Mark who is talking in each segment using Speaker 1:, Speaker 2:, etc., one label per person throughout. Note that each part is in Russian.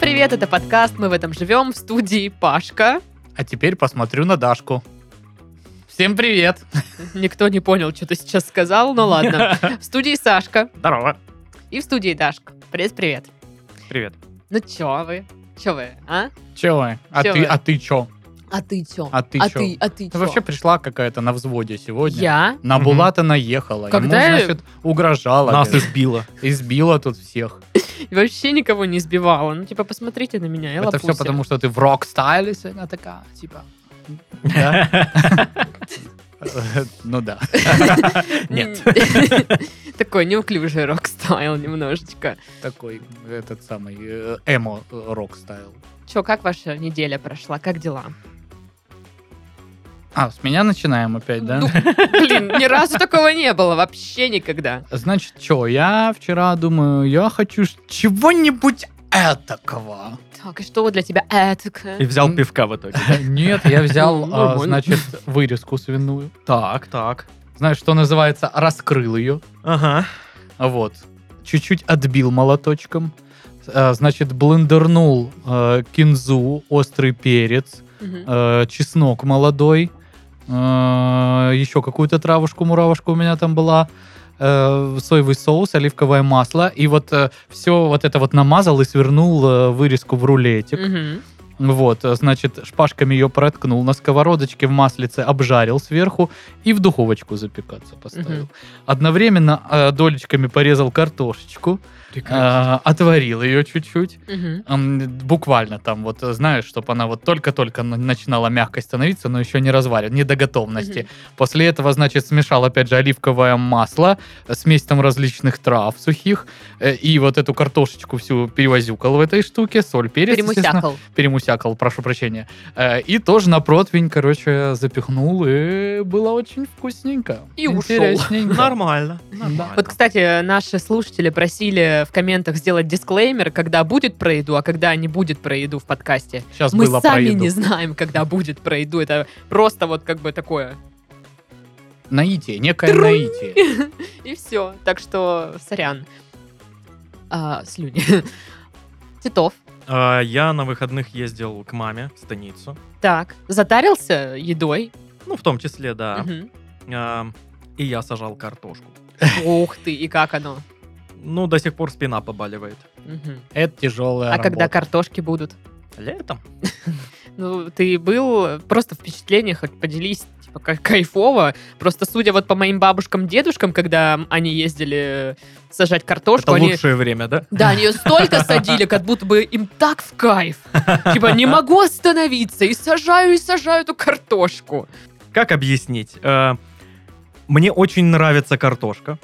Speaker 1: привет, это подкаст «Мы в этом живем» в студии Пашка.
Speaker 2: А теперь посмотрю на Дашку. Всем привет!
Speaker 1: Никто не понял, что ты сейчас сказал, но ладно. В студии Сашка
Speaker 2: Здорово.
Speaker 1: и в студии Дашка. Привет-привет.
Speaker 3: Привет.
Speaker 1: Ну чё вы? Чё вы, а?
Speaker 2: Че вы? А
Speaker 1: Чё
Speaker 2: ты,
Speaker 1: вы?
Speaker 2: а ты чё?
Speaker 1: А ты чё?
Speaker 2: А ты
Speaker 1: а
Speaker 2: чё?
Speaker 1: Ты, а ты
Speaker 2: Ты
Speaker 1: чё?
Speaker 2: вообще пришла какая-то на взводе сегодня.
Speaker 1: Я?
Speaker 2: На
Speaker 3: Мгм.
Speaker 2: Булата наехала.
Speaker 1: Когда я-
Speaker 2: Ему, значит, угрожала.
Speaker 3: Нас
Speaker 2: блин.
Speaker 3: избило.
Speaker 2: избила тут всех.
Speaker 1: Вообще никого не избивала. Ну, типа, посмотрите на меня, я
Speaker 2: Это все
Speaker 1: лопуся.
Speaker 2: потому, что ты в рок-стайле сегодня такая, типа. Да? Ну да.
Speaker 3: Нет.
Speaker 1: Такой неуклюжий рок-стайл немножечко.
Speaker 2: Такой этот самый э, эмо э, рок-стайл.
Speaker 1: Чё, как ваша неделя прошла? Как дела?
Speaker 2: А, с меня начинаем опять, да?
Speaker 1: Ну, блин, ни разу такого не было. Вообще никогда.
Speaker 2: Значит, что, я вчера думаю, я хочу ш- чего-нибудь этакого.
Speaker 1: Так, и что для тебя этакое?
Speaker 3: И взял
Speaker 2: М.
Speaker 3: пивка в итоге.
Speaker 2: Нет, я
Speaker 1: Ну,
Speaker 2: взял, а,
Speaker 1: нормально.
Speaker 2: значит, вырезку свиную.
Speaker 3: Так, так.
Speaker 2: Знаешь, что называется, раскрыл ее.
Speaker 3: Ага.
Speaker 2: Вот. Чуть-чуть отбил молоточком. А, Значит, блендернул э, кинзу, острый перец,
Speaker 1: Мгм.
Speaker 2: э, чеснок молодой, э, еще какую-то травушку-муравушку у меня там была, э, соевый соус, оливковое масло, и вот все вот это вот намазал и свернул э, вырезку в рулетик.
Speaker 1: Мгм.
Speaker 2: Вот, э, значит, шпажками ее проткнул, на сковородочке в маслице обжарил сверху и в духовочку запекаться поставил.
Speaker 1: Мгм.
Speaker 2: Одновременно э, долечками порезал картошечку, э, отварил ее чуть-чуть.
Speaker 1: Мгм.
Speaker 2: Ам, Буквально там вот, э, знаешь, чтобы она вот только-только на- начинала мягкой становиться, но еще не разварена, не до готовности.
Speaker 1: Мгм.
Speaker 2: После этого, значит, смешал опять же оливковое масло, э, смесь там различных трав сухих, э, и вот эту картошечку всю перевозюкал в этой штуке, соль, перец, естественно,
Speaker 1: Перемусякал.
Speaker 2: перемусякал, прошу прощения. Э, И тоже на противень, короче, запихнул, и было очень вкусненько.
Speaker 1: И ушел.
Speaker 2: Интересненько.
Speaker 3: Нормально.
Speaker 2: нормально.
Speaker 1: Вот, кстати, наши слушатели просили в комментах сделать дисклеймер, когда будет про еду, а когда не будет про еду в подкасте.
Speaker 2: Сейчас
Speaker 1: Мы
Speaker 2: было про
Speaker 1: сами
Speaker 2: еду.
Speaker 1: не знаем, когда будет про еду. Это просто вот как бы такое.
Speaker 2: Наитие, некое наитие.
Speaker 1: И все. Так что, сорян. А, слюни. Титов.
Speaker 3: А, Я на выходных ездил к маме в станицу.
Speaker 1: Так, затарился едой.
Speaker 3: Ну, в том числе, да.
Speaker 1: Мгм.
Speaker 3: А, И я сажал картошку.
Speaker 1: Ух ты, и как оно.
Speaker 3: Ну, до сих пор спина побаливает.
Speaker 1: Мгм.
Speaker 2: Это тяжелая
Speaker 1: А когда
Speaker 2: работа.
Speaker 1: картошки будут?
Speaker 3: Летом?
Speaker 1: Ну, ты был просто в впечатлениях, хоть поделись, типа, как кайфово. Просто судя вот по моим бабушкам, дедушкам, когда они ездили сажать картошку,
Speaker 3: Это
Speaker 1: они...
Speaker 3: лучшее время, да?
Speaker 1: Да, они ее столько садили, как будто бы им так в кайф. Типа, не могу остановиться, и сажаю, и сажаю эту картошку.
Speaker 3: Как объяснить? Э, Мне очень нравится картошка.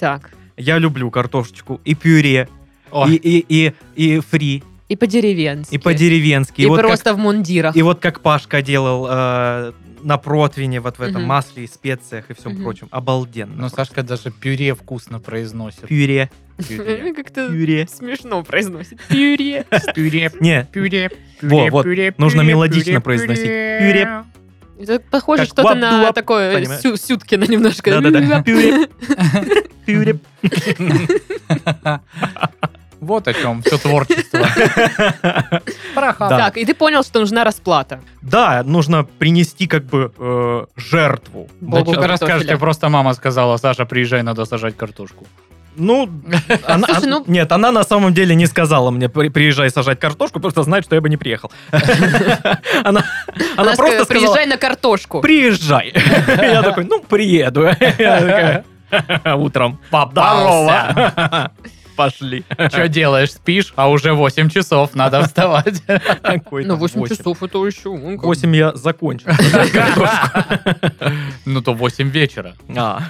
Speaker 1: Так,
Speaker 3: Я люблю картошечку и пюре,
Speaker 2: О,
Speaker 3: и, и, и, и фри,
Speaker 1: и по-деревенски.
Speaker 3: и по-деревенски.
Speaker 1: И,
Speaker 3: вот как-
Speaker 1: просто в мундирах.
Speaker 3: И вот как Пашка делал э, на противне, вот в этом
Speaker 1: Мгм.
Speaker 3: масле и специях и всем
Speaker 1: Мгм.
Speaker 3: прочем. Обалденно.
Speaker 2: Ну, Сашка даже пюре вкусно произносит.
Speaker 3: Пюре.
Speaker 2: Пюре.
Speaker 1: Как-то
Speaker 3: Пюре.
Speaker 1: смешно произносит. Пюре.
Speaker 2: Пюре.
Speaker 3: Не,
Speaker 2: Пюре.
Speaker 3: Во, вот,
Speaker 2: пюре,
Speaker 3: нужно
Speaker 2: пюре,
Speaker 3: мелодично
Speaker 2: пюре,
Speaker 3: произносить.
Speaker 2: пюре.
Speaker 1: Это похоже
Speaker 3: Как
Speaker 1: что-то на
Speaker 3: вап-дуап,
Speaker 1: такое
Speaker 3: понимаешь?
Speaker 1: сю- Сюткина немножко.
Speaker 3: Да-да-да. Пюре. пюре.
Speaker 2: Вот о чем все творчество.
Speaker 3: Да.
Speaker 1: Так, и ты понял, что нужна расплата.
Speaker 3: Да, нужно принести как бы э, жертву.
Speaker 2: Да
Speaker 1: Богу
Speaker 2: что ты расскажешь,
Speaker 1: картофеля.
Speaker 2: просто мама сказала, Саша, приезжай, надо сажать картошку.
Speaker 3: Ну, она, а,
Speaker 1: Слушай, ну-
Speaker 3: нет, она на самом деле не сказала мне «При- приезжай сажать картошку, просто знает, что я бы не приехал. Она, она
Speaker 1: Она сказала,
Speaker 3: просто сказала
Speaker 1: приезжай на картошку.
Speaker 3: приезжай. Я такой, ну приеду. Я такая, Утром попался. Пошли.
Speaker 2: Че делаешь, спишь, а уже 8 часов, надо вставать.
Speaker 3: Какой-то
Speaker 1: Ну, 8
Speaker 3: восемь.
Speaker 1: часов это еще. ну, как бы.
Speaker 3: 8 я закончил.
Speaker 2: Ну, то 8 вечера.
Speaker 3: А,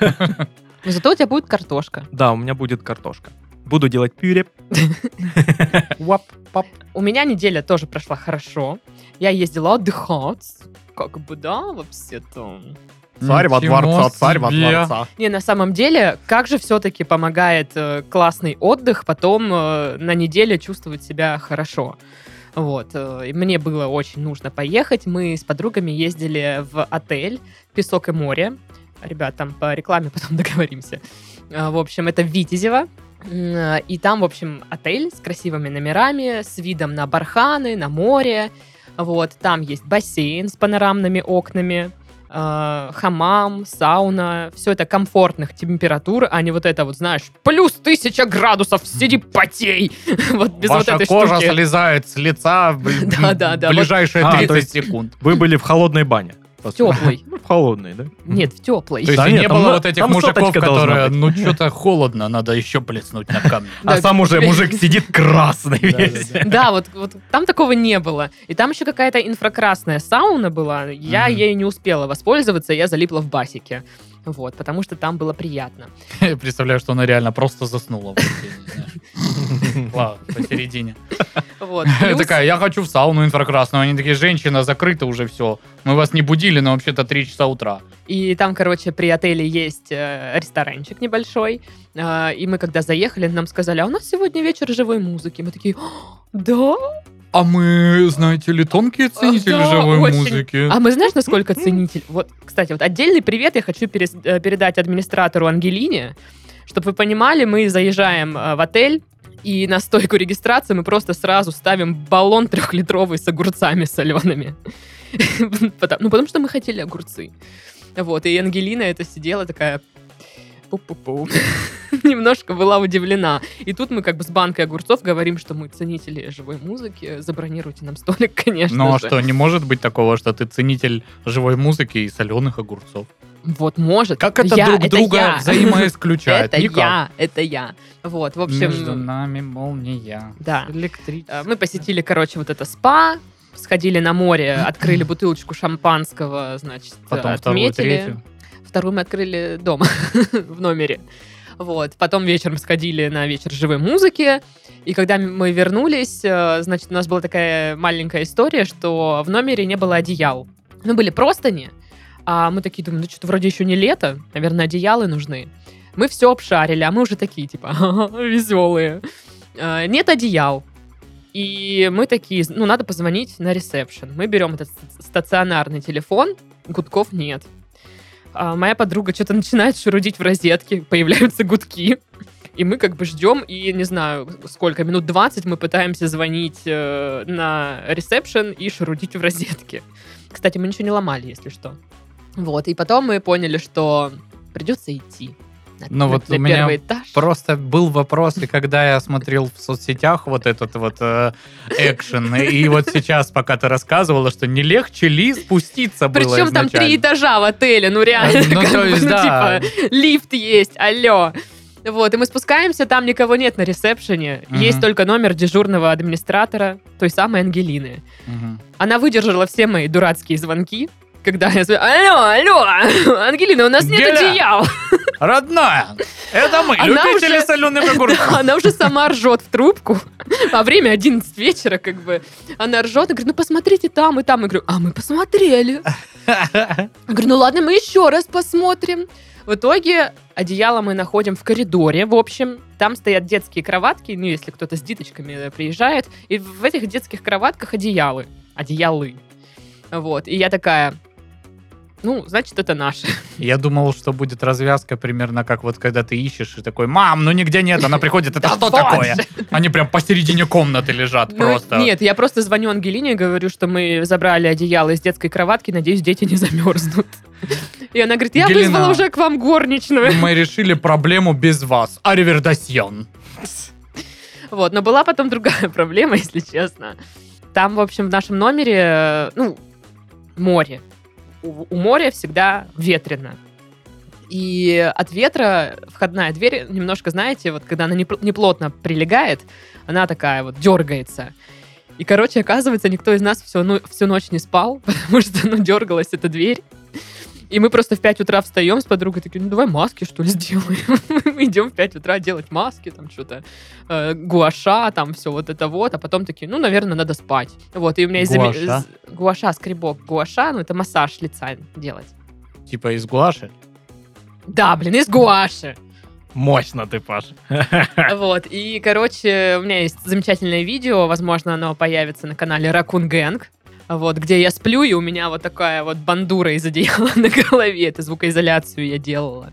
Speaker 1: Но Зато у тебя будет картошка.
Speaker 3: Да, у меня будет картошка. Буду делать пюре.
Speaker 2: Уап, пап.
Speaker 1: У меня неделя тоже прошла хорошо. Я ездила отдыхать. Как бы, да, вообще-то.
Speaker 2: Царь во
Speaker 3: Ничего
Speaker 2: дворца, царь во
Speaker 3: себе.
Speaker 2: дворца.
Speaker 1: Не, на самом деле, как же все-таки помогает э, классный отдых потом э, на неделе чувствовать себя хорошо. Вот. э, и мне было очень нужно поехать. Мы с подругами ездили в отель «Песок и море». Ребят, там по рекламе потом договоримся. Э, в общем, это Витязева. М, И там, в общем, отель с красивыми номерами, с видом на барханы, на море. Вот, там есть бассейн с панорамными окнами, э, хамам, сауна. Все это комфортных температур, а не вот это вот, знаешь, плюс тысяча градусов, сиди потей! Вот без вот
Speaker 2: Ваша
Speaker 1: этой
Speaker 2: кожа
Speaker 1: штуки.
Speaker 2: слезает с лица в бл-
Speaker 1: Да-да-да, вот-
Speaker 2: ближайшие
Speaker 3: А, то
Speaker 2: 30
Speaker 3: есть-
Speaker 2: секунд.
Speaker 3: Вы были в холодной бане. по сути.
Speaker 1: Теплый.
Speaker 3: Ну, в холодной, да?
Speaker 1: Нет, в теплой.
Speaker 2: То есть
Speaker 3: Да
Speaker 2: и не
Speaker 3: нет, там
Speaker 2: было
Speaker 3: на-
Speaker 2: вот этих
Speaker 3: там
Speaker 2: мужиков,
Speaker 3: соточка должна
Speaker 2: которые,
Speaker 3: быть.
Speaker 2: ну, что-то холодно, надо еще плеснуть на камни.
Speaker 3: А
Speaker 1: Да.
Speaker 3: сам уже мужик сидит красный весь.
Speaker 2: Да-да-да.
Speaker 1: Да, вот, вот там такого не было. И там еще какая-то инфракрасная сауна была. Я
Speaker 2: Мгм.
Speaker 1: ей не успела воспользоваться, я залипла в басике. Вот, потому что там было приятно.
Speaker 2: Я представляю, что она реально просто заснула. вот, я не знаю. Ладно, посередине.
Speaker 1: Вот. плюс-
Speaker 2: Такая, я хочу в сауну инфракрасную. Они такие, женщина, закрыто уже все. Мы вас не будили, но вообще-то 3 часа утра.
Speaker 1: И там, короче, при отеле есть э, ресторанчик небольшой. Э, и мы когда заехали, нам сказали, а у нас сегодня вечер живой музыки. Мы такие, «О, да?
Speaker 2: А мы, знаете ли, тонкие ценители
Speaker 1: А, Да,
Speaker 2: живой
Speaker 1: очень.
Speaker 2: музыки.
Speaker 1: А мы знаешь, насколько ценитель? Вот, кстати, вот отдельный привет я хочу перес- э, передать администратору Ангелине, чтобы вы понимали, мы заезжаем э, в отель, и на стойку регистрации мы просто сразу ставим баллон трехлитровый с огурцами солеными. Потом- Ну, потому что мы хотели огурцы. Вот, и Ангелина это сидела такая... Пу-пу-пу. Немножко была удивлена. И тут мы как бы с банкой огурцов говорим, что мы ценители живой музыки, забронируйте нам столик, конечно
Speaker 2: Ну а
Speaker 1: же.
Speaker 2: что, не может быть такого, что ты ценитель живой музыки и соленых огурцов?
Speaker 1: Вот может.
Speaker 2: Как это
Speaker 1: Я-
Speaker 2: друг
Speaker 1: это
Speaker 2: друга
Speaker 1: я.
Speaker 2: взаимоисключает?
Speaker 1: Это
Speaker 2: Никак.
Speaker 1: я, это я. Вот, в общем,
Speaker 2: Между нами молния.
Speaker 1: да.
Speaker 2: Электричество.
Speaker 1: Э, Мы посетили, короче, вот это спа, сходили на море, открыли бутылочку шампанского, значит, э,
Speaker 2: Потом вторую,
Speaker 1: отметили.
Speaker 2: третью.
Speaker 1: Вторую мы открыли дома, в номере. Вот, потом вечером сходили на вечер живой музыки, и когда мы вернулись, э, значит, у нас была такая маленькая история, что в номере не было одеял. Ну, были простыни, а мы такие думаем, ну, что-то вроде еще не лето, наверное, одеялы нужны. Мы все обшарили, а мы уже такие, типа, веселые. э, Нет одеял. И мы такие, ну, надо позвонить на ресепшн. Мы берем этот ст- стационарный телефон, гудков нет. А моя подруга что-то начинает шурудить в розетке, появляются гудки. И мы как бы ждем, и не знаю, сколько, минут 20 мы пытаемся звонить э, на ресепшн и шурудить в розетке. Кстати, мы ничего не ломали, если что. Вот, и потом мы поняли, что придется идти на,
Speaker 2: Ну
Speaker 1: на-
Speaker 2: вот
Speaker 1: на
Speaker 2: у меня
Speaker 1: первый этаж.
Speaker 2: Просто был вопрос, и когда я смотрел в соцсетях вот этот вот э, экшен, и вот сейчас, пока ты рассказывала, что не легче ли спуститься было
Speaker 1: Причем там
Speaker 2: изначально?
Speaker 1: три этажа в отеле, ну реально,
Speaker 2: Ну,
Speaker 1: как
Speaker 2: то
Speaker 1: бы,
Speaker 2: есть,
Speaker 1: ну,
Speaker 2: да.
Speaker 1: типа, лифт есть, алло. Вот, и мы спускаемся, там никого нет на ресепшене.
Speaker 2: Мгм.
Speaker 1: Есть только номер дежурного администратора, той самой Ангелины.
Speaker 2: Мгм.
Speaker 1: Она выдержала все мои дурацкие звонки, когда я звоню, алло, алло, Ангелина, у нас нет
Speaker 2: Геля!»
Speaker 1: одеял.
Speaker 2: Родная, это мы,
Speaker 1: Она
Speaker 2: любители
Speaker 1: уже-
Speaker 2: соленых огурцов.
Speaker 1: Она уже сама ржет в трубку, а время 11 вечера, как бы. Она ржет и говорит, ну посмотрите там и там. Я говорю, а мы посмотрели. Я Говорю, ну ладно, мы еще раз посмотрим. В итоге одеяло мы находим в коридоре, в общем. Там стоят детские кроватки, ну, если кто-то с диточками э, приезжает. И в этих детских кроватках одеялы. Одеялы. Вот. И я такая, ну, значит, это наши.
Speaker 2: Я думал, что будет развязка примерно как вот когда ты ищешь и такой, мам, ну нигде нет, она приходит, это
Speaker 1: Да
Speaker 2: что
Speaker 1: вот
Speaker 2: такое?
Speaker 1: же.
Speaker 2: Они прям посередине комнаты лежат
Speaker 1: Ну,
Speaker 2: просто.
Speaker 1: Нет, я просто звоню Ангелине и говорю, что мы забрали одеяло из детской кроватки, надеюсь, дети не замерзнут. И она говорит, я
Speaker 2: Ангелина.
Speaker 1: вызвала уже к вам горничную.
Speaker 2: Мы решили проблему без вас. Аривердасьон.
Speaker 1: Вот, но была потом другая проблема, если честно. Там, в общем, в нашем номере, э, ну, море. У, у моря всегда ветрено. И от ветра входная дверь немножко, знаете, вот когда она непл- неплотно прилегает, она такая вот дергается. И, короче, оказывается, никто из нас всю, ну- всю ночь не спал, потому что, ну, дергалась эта дверь. И мы просто в 5 утра встаем с подругой, такие, ну, давай маски, что ли, сделаем. Мы идем в 5 утра делать маски, там, что-то, э, гуаша, там, все вот это вот. А потом такие, ну, наверное, надо спать. Вот, и у меня из-за... ми-
Speaker 2: Гуаша?
Speaker 1: из- Гуаша, скребок, гуаша, ну, это массаж лица делать.
Speaker 2: Типа из гуаши.
Speaker 1: Да, блин, из гуаши.
Speaker 3: Мощно ты, Паш.
Speaker 1: Вот, и, короче, у меня есть замечательное видео, возможно, оно появится на канале Ракун Гэнг, вот, где я сплю, и у меня вот такая вот бандура из одеяла на голове, это звукоизоляцию я делала.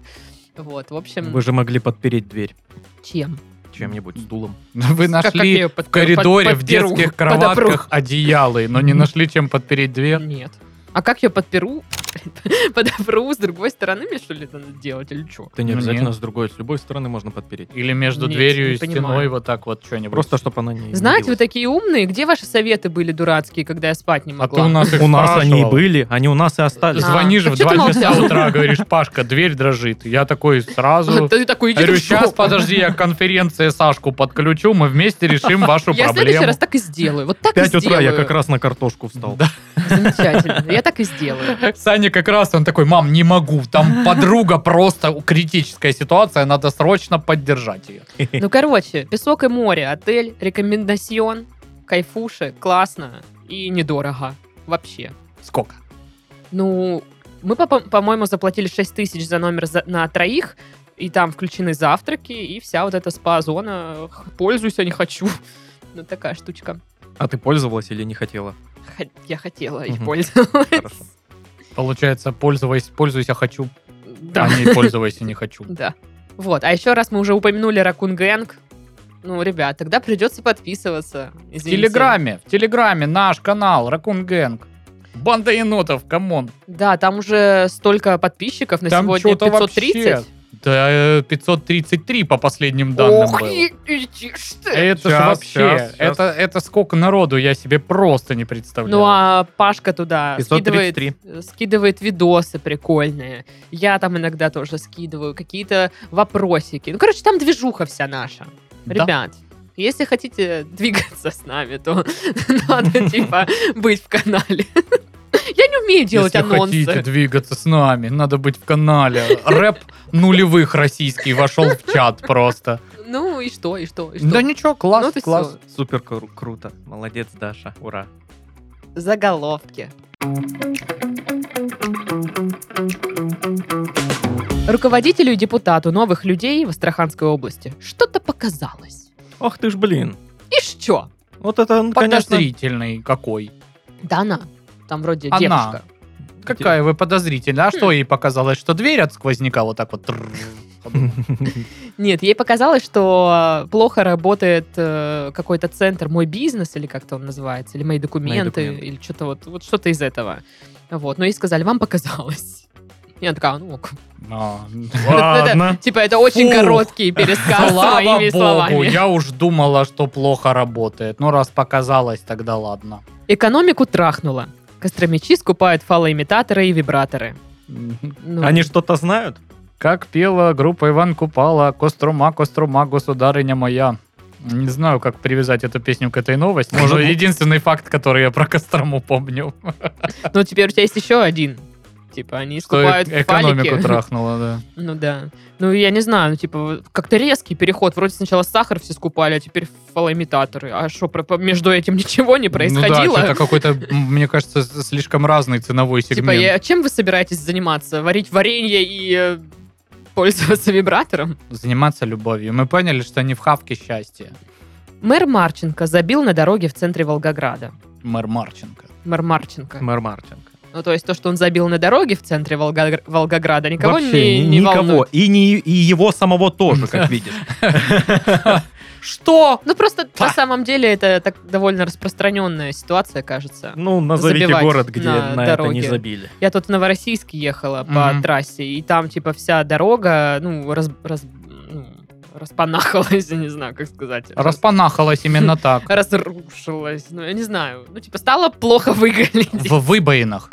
Speaker 1: Вот, в общем,
Speaker 3: Вы же могли подпереть дверь.
Speaker 1: чем?
Speaker 3: чем-нибудь, стулом.
Speaker 2: Вы
Speaker 1: Как- как я
Speaker 2: нашли
Speaker 1: её
Speaker 2: в
Speaker 1: под-
Speaker 2: коридоре,
Speaker 1: под-
Speaker 2: в
Speaker 1: подперу,
Speaker 2: детских
Speaker 1: подопру?
Speaker 2: кроватках одеялы, но не нашли, чем подпереть дверь.
Speaker 1: Нет. А как я подперу? Подопру с другой стороны мне, что ли, это надо делать или что?
Speaker 3: Да не
Speaker 2: Ну,
Speaker 3: обязательно
Speaker 2: нет.
Speaker 3: с другой, с любой стороны можно подпереть.
Speaker 2: Или между
Speaker 1: Нет,
Speaker 2: дверью
Speaker 1: не
Speaker 2: и стеной
Speaker 1: понимаю.
Speaker 2: вот так вот что-нибудь.
Speaker 3: Просто, чтобы она не...
Speaker 1: Знаете, вы
Speaker 3: вот
Speaker 1: такие умные, где ваши советы были дурацкие, когда я спать не
Speaker 2: А ты
Speaker 1: могла?
Speaker 2: у нас их
Speaker 3: У нас они и
Speaker 2: спрашивал.
Speaker 3: были, они у нас и остались.
Speaker 1: А,
Speaker 2: Звонишь
Speaker 1: так
Speaker 2: в
Speaker 1: чё
Speaker 2: 2
Speaker 1: ты
Speaker 2: часа
Speaker 1: молчал?
Speaker 2: утра, говоришь, Пашка, дверь дрожит. Я такой
Speaker 1: А
Speaker 2: сразу...
Speaker 1: ты такой, иди ты
Speaker 2: Говорю,
Speaker 1: в
Speaker 2: сейчас,
Speaker 1: жопу».
Speaker 2: подожди, я к конференции Сашку подключу, мы вместе решим вашу
Speaker 1: Я в следующий
Speaker 2: проблему.
Speaker 1: раз так и сделаю. Вот так и
Speaker 3: Пять утра я
Speaker 1: сделаю.
Speaker 3: как раз на картошку встал.
Speaker 2: Да.
Speaker 1: Замечательно. Я так и сделаю.
Speaker 2: Саня как раз, он такой, мам, не могу, там подруга просто критическая ситуация, надо срочно поддержать ее.
Speaker 1: Ну, короче, песок и море, отель, рекомендацион, кайфуши, классно и недорого вообще.
Speaker 2: Сколько?
Speaker 1: Ну, мы, по- по-моему, заплатили 6 тысяч за номер за- на троих, и там включены завтраки, и вся вот эта спа-зона. Х, Пользуюсь, а не хочу. Ну, такая штучка.
Speaker 3: А ты пользовалась или не хотела?
Speaker 1: Хо- Я хотела и
Speaker 3: Мгм.
Speaker 1: пользовалась.
Speaker 3: Хорошо.
Speaker 2: Получается, пользуясь, пользуюсь, я хочу,
Speaker 1: Да.
Speaker 2: а не пользуюсь, и не хочу.
Speaker 1: Да. Вот. А еще раз мы уже упомянули Ракун Гэнг. Ну, ребят, тогда придется подписываться.
Speaker 2: В
Speaker 1: Извините.
Speaker 2: Телеграме, в Телеграме наш канал Ракун Гэнг. Банда енотов, камон.
Speaker 1: Да, там уже столько подписчиков на
Speaker 2: Там
Speaker 1: сегодня
Speaker 2: чё-то
Speaker 1: 530.
Speaker 2: вообще. Да, э, 533 по последним данным
Speaker 1: Ох,
Speaker 2: было.
Speaker 1: и- и чишь ты.
Speaker 2: Это ж
Speaker 3: Щас,
Speaker 2: вообще,
Speaker 3: щас, щас.
Speaker 2: Это, это сколько народу, я себе просто не представляю.
Speaker 1: Ну а Пашка туда скидывает, э,
Speaker 3: 533.
Speaker 1: скидывает видосы прикольные. Я там иногда тоже скидываю какие-то вопросики. Ну, короче, там движуха вся наша.
Speaker 2: Да.
Speaker 1: Ребят, если хотите двигаться с нами, то надо типа быть в канале. Я не умею делать
Speaker 2: Если хотите
Speaker 1: анонсы.
Speaker 2: двигаться с нами, надо быть в канале. Рэп нулевых российский вошел в чат просто.
Speaker 1: Ну и что, и что, и
Speaker 2: Да
Speaker 1: что?
Speaker 2: ничего,
Speaker 1: Ну,
Speaker 2: класс,
Speaker 1: ты
Speaker 2: класс.
Speaker 3: Супер кру- круто. Молодец, Даша. Ура.
Speaker 1: Заголовки. Руководителю и депутату новых людей в Астраханской области что-то показалось.
Speaker 3: Ах ты ж, блин.
Speaker 1: И что?
Speaker 3: Вот это, ну, конечно...
Speaker 2: Подозрительный какой.
Speaker 1: Да она. Там вроде
Speaker 2: Она.
Speaker 1: девушка.
Speaker 2: Какая вы подозрительная. А
Speaker 1: Хм.
Speaker 2: что ей показалось, что дверь от сквозняка вот так вот... тррр.
Speaker 1: Нет, ей показалось, что э, плохо работает э, какой-то центр «Мой бизнес» или как-то он называется, или «Мои документы»,
Speaker 3: документы.
Speaker 1: или что-то вот, вот что-то из этого. Вот, но ей сказали, вам показалось. И она такая, ну ок.
Speaker 2: А,
Speaker 3: Ладно.
Speaker 1: Типа это очень
Speaker 2: Фух.
Speaker 1: короткий пересказ
Speaker 2: Слава
Speaker 1: своими
Speaker 2: богу,
Speaker 1: словами.
Speaker 2: я уж думала, что плохо работает. Ну, раз показалось, тогда ладно.
Speaker 1: Экономику трахнула. Костромичи скупают фалоимитаторы и вибраторы. Ну,
Speaker 3: Они что-то знают?
Speaker 2: Как пела группа Иван Купала «Кострума, Кострума, государыня моя». Не знаю, как привязать эту песню к этой новости.
Speaker 3: Может,
Speaker 2: но
Speaker 3: бу-
Speaker 2: единственный факт, который я про Кострому помню, э-
Speaker 1: Ну, теперь у тебя есть еще один. Типа, они
Speaker 2: что
Speaker 1: скупают
Speaker 2: э- экономику
Speaker 1: фалики.
Speaker 2: трахнула, да.
Speaker 1: Ну да. Ну, я не знаю, ну, типа, вот как-то резкий переход. Вроде сначала сахар все скупали, а теперь фалоимитаторы. А что, между этим ничего не
Speaker 2: Ну
Speaker 1: происходило?
Speaker 2: да, что-то какой-то, м, мне кажется, с- слишком разный ценовой
Speaker 1: типа,
Speaker 2: сегмент.
Speaker 1: я- чем вы собираетесь заниматься? Варить варенье и э, пользоваться вибратором?
Speaker 2: Заниматься любовью. Мы поняли, что не в хавке счастье.
Speaker 1: Мэр Марченко забил на дороге в центре Волгограда.
Speaker 2: Мэр Марченко.
Speaker 1: Мэр Марченко.
Speaker 3: Мэр Марченко.
Speaker 1: Ну, то есть то, что он забил на дороге в центре Волга- Волгограда, никого не,
Speaker 3: Вообще ни-
Speaker 1: не
Speaker 3: никого.
Speaker 1: волнует.
Speaker 3: И, не, и его самого тоже, как видишь.
Speaker 2: Что?
Speaker 1: Ну, просто
Speaker 2: Та.
Speaker 1: на самом деле это так довольно распространенная ситуация, кажется.
Speaker 3: Ну, назовите
Speaker 1: Забивать
Speaker 3: город, где
Speaker 1: на
Speaker 3: на, это
Speaker 1: дороге.
Speaker 3: не забили.
Speaker 1: Я тут в Новороссийск ехала по
Speaker 2: Мгм.
Speaker 1: трассе, и там, типа, вся дорога, ну, раз, раз- ну, распанахалась, я не знаю, как сказать.
Speaker 2: Распанахалась именно так.
Speaker 1: Разрушилась, ну, я не знаю. Ну, типа, стало плохо выглядеть.
Speaker 2: В выбоинах.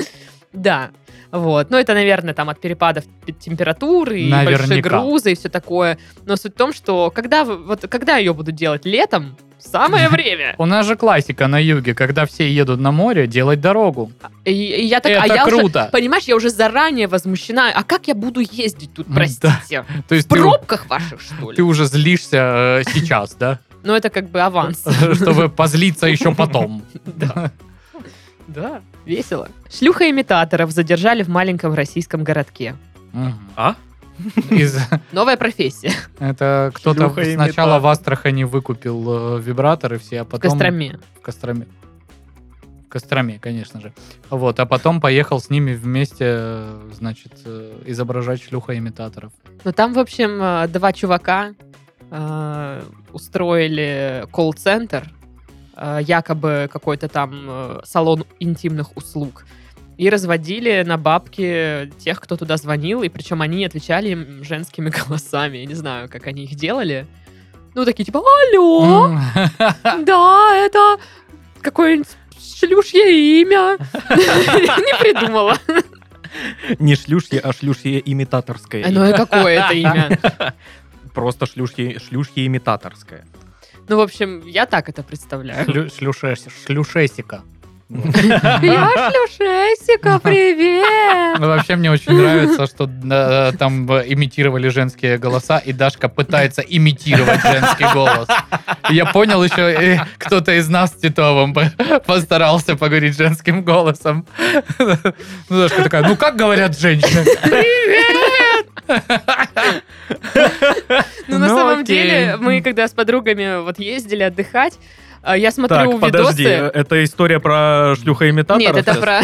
Speaker 1: Да. Вот. Ну, это, наверное, там от перепадов т- температуры и большие
Speaker 2: Наверняка.
Speaker 1: грузы и все такое. Но суть в том, что когда, вы- вот, когда ее буду делать летом, самое время.
Speaker 2: У нас же классика на юге, когда все едут на море, делать дорогу.
Speaker 1: И, и я так, а
Speaker 2: Это
Speaker 1: я уже-
Speaker 2: круто.
Speaker 1: понимаешь, я уже заранее возмущена. А как я буду ездить тут,
Speaker 2: М,
Speaker 1: простите?
Speaker 2: То
Speaker 1: В
Speaker 2: есть ты,
Speaker 1: пробках ваших, что
Speaker 2: ты
Speaker 1: ли?
Speaker 2: уже злишься э, сейчас, да?
Speaker 1: Ну, это как бы аванс.
Speaker 2: Чтобы позлиться еще потом.
Speaker 1: Да. Да, весело. Шлюха имитаторов задержали в маленьком российском городке.
Speaker 2: Мгм.
Speaker 3: А?
Speaker 2: Из-
Speaker 1: Новая профессия
Speaker 2: Это кто-то
Speaker 3: Шлюха и
Speaker 2: сначала
Speaker 3: металл.
Speaker 2: в Астрахани выкупил э, вибраторы все, а
Speaker 1: в
Speaker 2: потом...
Speaker 1: Костроме.
Speaker 2: В Костроме. В Костроме, конечно же. Вот, а потом поехал с ними вместе, э, значит, э, изображать шлюха имитаторов.
Speaker 1: Ну, там, в общем, э, два чувака э, устроили колл-центр, э, якобы какой-то там э, салон интимных услуг, и разводили на бабки тех, кто туда звонил, и причем они отвечали им женскими голосами. Я не знаю, как они их делали. Ну, такие типа «Алло!»
Speaker 2: М.
Speaker 1: Да, это какое-нибудь шлюшье имя. Не придумала.
Speaker 3: Не шлюшье, а шлюшье имитаторское.
Speaker 1: Ну а- и какое это имя?
Speaker 3: Просто шлюшье, шлюшье имитаторское.
Speaker 1: Ну, в общем, я так это представляю.
Speaker 2: Шлю- шлюшес- Шлюшесика.
Speaker 1: Я шлюшесика, привет!
Speaker 2: Ну, Вообще мне очень нравится, что э, там э, имитировали женские голоса, и Дашка пытается имитировать женский голос. И Я понял еще, э, кто-то из нас с Титовым по- постарался поговорить женским голосом. Ну, Дашка такая, ну как говорят женщины?
Speaker 1: Ну, на
Speaker 2: Ну,
Speaker 1: самом
Speaker 2: окей.
Speaker 1: деле, мы когда с подругами вот ездили отдыхать, а, я смотрю
Speaker 3: Так, подожди,
Speaker 1: видосы.
Speaker 3: это история про шлюха-имитатора?
Speaker 1: Нет, это про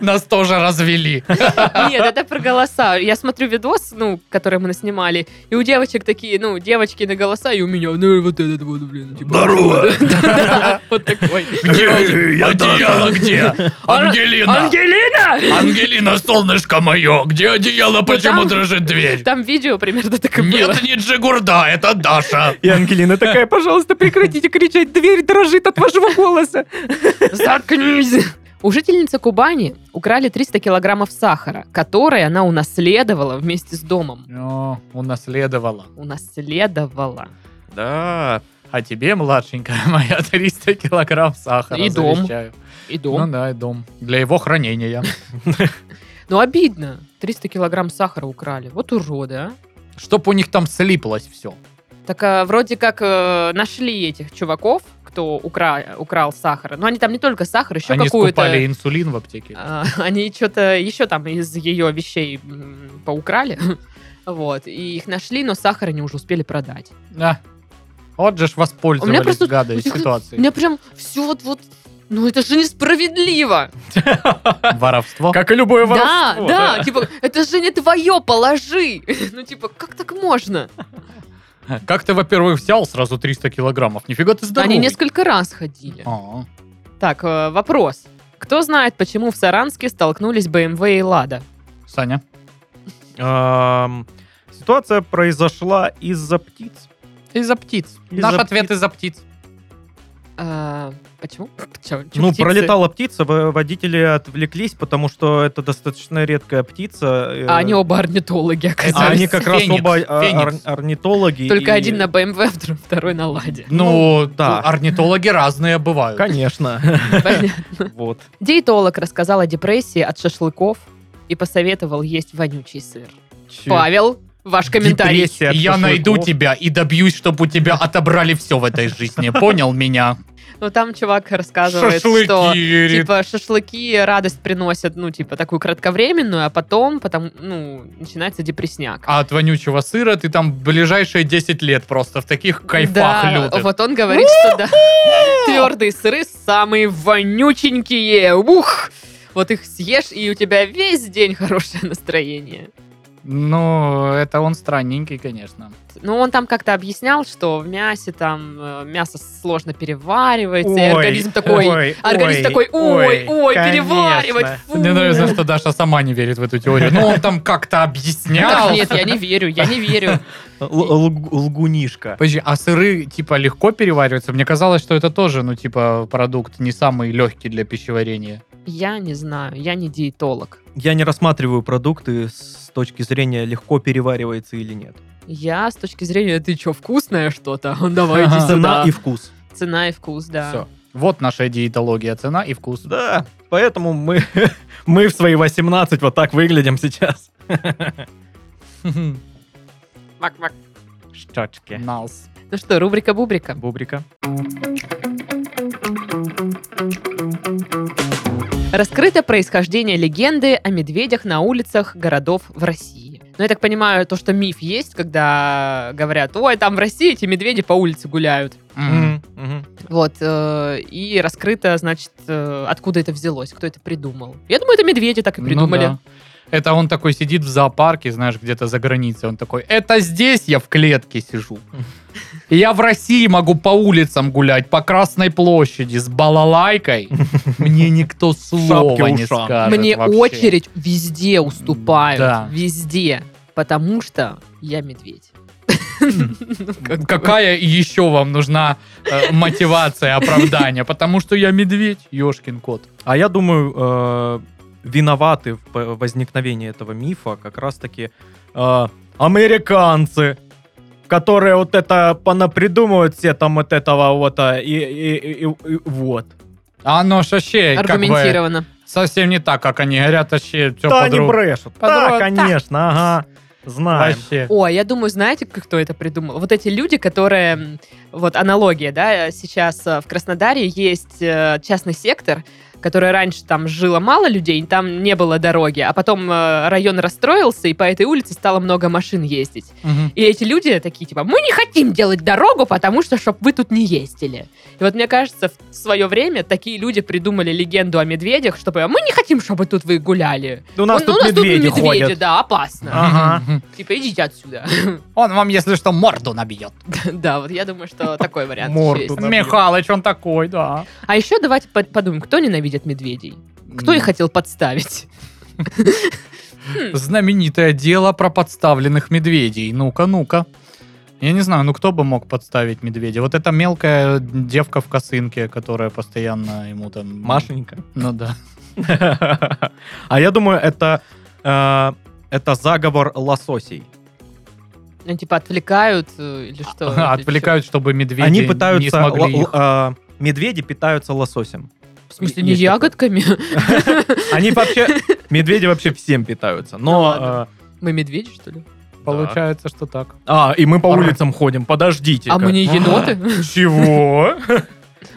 Speaker 2: Нас тоже развели.
Speaker 1: Нет, это про голоса. Я смотрю видос, ну, который мы наснимали, и у девочек такие, ну, девочки на голоса, и у меня, ну, вот этот вот, блин, типа...
Speaker 3: Здорово!
Speaker 1: Да, Вот такой.
Speaker 2: Одеяло где? Ангелина!
Speaker 1: Ангелина!
Speaker 2: Ангелина, солнышко мое, где одеяло,
Speaker 1: там-
Speaker 2: дрожит дверь?
Speaker 1: Там видео примерно так и было.
Speaker 2: не Джигурда, это Даша.
Speaker 3: И Ангелина такая, пожалуйста, прекратите кричать, дверь дрожит от вашего голоса.
Speaker 1: Заткнись! У жительницы Кубани украли 300 килограммов сахара, который она унаследовала вместе с домом.
Speaker 2: унаследовала.
Speaker 1: Унаследовала.
Speaker 3: Да,
Speaker 2: А тебе, младшенькая моя, 300 килограмм сахара
Speaker 1: И дом.
Speaker 2: завещаю.
Speaker 1: И
Speaker 2: Ну
Speaker 1: дом.
Speaker 2: да, и дом. Для его хранения.
Speaker 1: Ну, обидно. 300 килограмм сахара украли. Вот уроды, а.
Speaker 2: Чтоб у них там слиплось все.
Speaker 1: Так а, вроде как э, нашли этих чуваков, кто укра- украл сахар. Но они там не только сахар, еще
Speaker 2: Они
Speaker 1: какую-то...
Speaker 2: скупали инсулин в аптеке.
Speaker 1: А, Они что-то еще там из ее вещей м, поукрали. Вот. И их нашли, но сахар они уже успели продать.
Speaker 2: Да. Вот же ж
Speaker 1: А У меня
Speaker 2: воспользовались
Speaker 1: просто-
Speaker 2: гады из
Speaker 1: У
Speaker 2: ситуации.
Speaker 1: меня прям все вот вот. Ну это же несправедливо.
Speaker 2: Воровство.
Speaker 3: как и любое
Speaker 1: Да,
Speaker 3: воровство.
Speaker 1: да, типа, это же не твое, положи. Ну, типа, как так можно?
Speaker 2: Как ты, во-первых, взял сразу 300 килограммов? Нифига ты здоровый.
Speaker 1: Они несколько раз ходили.
Speaker 2: А.
Speaker 1: Так, э, вопрос. Кто знает, почему в Саранске столкнулись BMW и Лада?
Speaker 2: Саня.
Speaker 3: Эм, Ситуация произошла из-за птиц.
Speaker 2: Из-за птиц.
Speaker 3: Из-за
Speaker 2: Наш
Speaker 3: птиц.
Speaker 2: ответ из-за птиц.
Speaker 1: А, Почему? Чё- чё
Speaker 3: Ну,
Speaker 1: птицы?
Speaker 3: пролетала птица, в- водители отвлеклись, потому что это достаточно редкая птица. э,
Speaker 1: А они оба орнитологи
Speaker 3: а
Speaker 1: оказались.
Speaker 3: они как раз
Speaker 2: Феникс,
Speaker 3: оба а, ор-
Speaker 2: феникс.
Speaker 3: орнитологи.
Speaker 1: Только
Speaker 3: и-
Speaker 1: один на BMW, втор- а второй на Ладе.
Speaker 2: Ну, да.
Speaker 3: да.
Speaker 2: Орнитологи разные
Speaker 1: ну,
Speaker 2: бывают.
Speaker 3: Конечно.
Speaker 1: Понятно.
Speaker 3: Вот.
Speaker 1: Диетолог рассказал о депрессии от шашлыков и посоветовал есть вонючий сыр.
Speaker 3: Чё?
Speaker 1: Павел, ваш комментарий.
Speaker 3: Депрессия от
Speaker 2: Я
Speaker 3: шашлыков.
Speaker 2: найду тебя и добьюсь, чтобы у тебя отобрали все в этой жизни. Понял меня?
Speaker 1: Ну, там чувак рассказывает, что
Speaker 2: Шашлыки.
Speaker 1: типа шашлыки радость приносят, ну, типа, такую кратковременную, а потом, потом ну, начинается депресняк.
Speaker 2: А от вонючего сыра ты там ближайшие 10 лет просто в таких кайфах
Speaker 1: Да,
Speaker 2: лютых.
Speaker 1: вот он говорит, что да, твердые сыры самые вонюченькие. Ух! Вот их съешь, и у тебя весь день хорошее настроение.
Speaker 2: Ну, это он странненький, конечно.
Speaker 1: Ну, он там как-то объяснял, что в мясе там э, мясо сложно переваривается, и
Speaker 3: Ой,
Speaker 1: организм такой...
Speaker 3: ой,
Speaker 1: Организм такой, ой, ой,
Speaker 3: конечно.
Speaker 1: переваривать, фу.
Speaker 2: Мне нравится, что Даша сама не верит в эту теорию. Ну, он там как-то
Speaker 1: Так
Speaker 2: объяснял.
Speaker 1: нет, я не верю, я не верю.
Speaker 3: Л- лг- Лгунишка.
Speaker 2: Подожди, а сыры, типа, легко перевариваются? Мне казалось, что это тоже, ну, типа, продукт не самый легкий для пищеварения.
Speaker 1: Я не знаю, я не диетолог.
Speaker 3: Я не рассматриваю продукты с точки зрения легко переваривается или нет.
Speaker 1: Я с точки зрения, ты что, вкусное что-то? Давай
Speaker 2: Ага.
Speaker 1: иди
Speaker 3: Цена
Speaker 1: сюда.
Speaker 3: и вкус.
Speaker 1: Цена и вкус, да.
Speaker 2: Все. Вот наша диетология, цена и вкус.
Speaker 3: Да, поэтому мы, мы в свои 18 вот так выглядим сейчас.
Speaker 1: Мак-мак.
Speaker 3: Штучки.
Speaker 2: Налс.
Speaker 1: Ну что, рубрика-бубрика.
Speaker 3: Бубрика.
Speaker 1: Раскрыто происхождение легенды о медведях на улицах городов в России. Ну, я так понимаю, то, что миф есть, когда говорят, ой, там в России эти медведи по улице гуляют.
Speaker 2: М.
Speaker 1: Вот, э, и раскрыто, значит, э, откуда это взялось, кто это придумал. Я думаю, это медведи так и
Speaker 2: Ну
Speaker 1: придумали.
Speaker 2: да. Это он такой сидит в зоопарке, знаешь, где-то за границей. Он такой, это здесь я в клетке сижу. И Я в России могу по улицам гулять, по Красной площади с балалайкой. Мне никто слова не
Speaker 3: ушам.
Speaker 2: скажет
Speaker 1: Мне
Speaker 2: вообще.
Speaker 1: очередь везде уступают.
Speaker 2: Да.
Speaker 1: Везде. Потому что я медведь. Ну, как бы.
Speaker 2: Какая еще вам нужна э, мотивация, оправдание? Потому что я медведь, ешкин кот.
Speaker 3: А я думаю, э, виноваты в п- возникновении этого мифа как раз-таки э, американцы, которые вот это понапридумывают все там вот этого вот а, и, и- и- и- и вот.
Speaker 2: А оно ж вообще как бы
Speaker 1: Аргументированно.
Speaker 2: совсем не так, как они говорят, вообще все
Speaker 3: да, они
Speaker 2: по-другому.
Speaker 3: брешут.
Speaker 2: Подруг-
Speaker 3: Да, конечно, ага. Знаем.
Speaker 2: Вообще.
Speaker 1: О, я думаю, знаете, как- кто это придумал? Вот эти люди, которые... м, Вот аналогия, да, сейчас э, в Краснодаре есть э, частный сектор, который раньше там жило мало людей, там не было дороги, а потом э, район расстроился, и по этой улице стало много машин ездить.
Speaker 2: Мгм.
Speaker 1: И эти люди такие, типа, мы не хотим делать дорогу, потому что, чтобы вы тут не ездили. И вот мне кажется, в свое время такие люди придумали легенду о медведях, чтобы мы не хотим, чтобы тут вы гуляли.
Speaker 3: У нас
Speaker 1: Он-
Speaker 3: тут медведи ходят. А.
Speaker 1: да, опасно.
Speaker 3: Ага.
Speaker 2: Мгм.
Speaker 1: Типа, идите отсюда.
Speaker 2: Он вам, если что, морду набьет.
Speaker 1: Да, вот я думаю, что такой вариант
Speaker 3: Морду
Speaker 1: еще есть.
Speaker 3: набьет.
Speaker 2: Михалыч, он такой, да.
Speaker 1: А еще давайте по- подумаем, кто ненавидит медведей? Кто их хотел подставить?
Speaker 2: Знаменитое дело про подставленных медведей. Ну-ка, ну-ка. Я не знаю, ну кто бы мог подставить медведя? Вот эта мелкая девка в косынке, которая постоянно ему там...
Speaker 3: Машенька.
Speaker 2: Ну да.
Speaker 3: А я думаю, это э, это заговор лососей.
Speaker 1: Ну, типа, отвлекают э, или
Speaker 3: А,
Speaker 1: что?
Speaker 2: Отвлекают, чтобы медведи
Speaker 3: Они
Speaker 2: не
Speaker 3: пытаются... л-
Speaker 2: смогли
Speaker 3: л-
Speaker 2: их.
Speaker 3: э, Медведи питаются лососем.
Speaker 1: В смысле, не
Speaker 3: Есть такое.
Speaker 1: ягодками?
Speaker 3: Они вообще... Медведи вообще всем питаются.
Speaker 1: Ну
Speaker 3: Но... э,
Speaker 1: Мы медведи, что ли?
Speaker 2: Получается, что так.
Speaker 3: А, и мы по
Speaker 2: Ага.
Speaker 3: улицам ходим, подождите.
Speaker 1: А мы не еноты?
Speaker 3: Чего?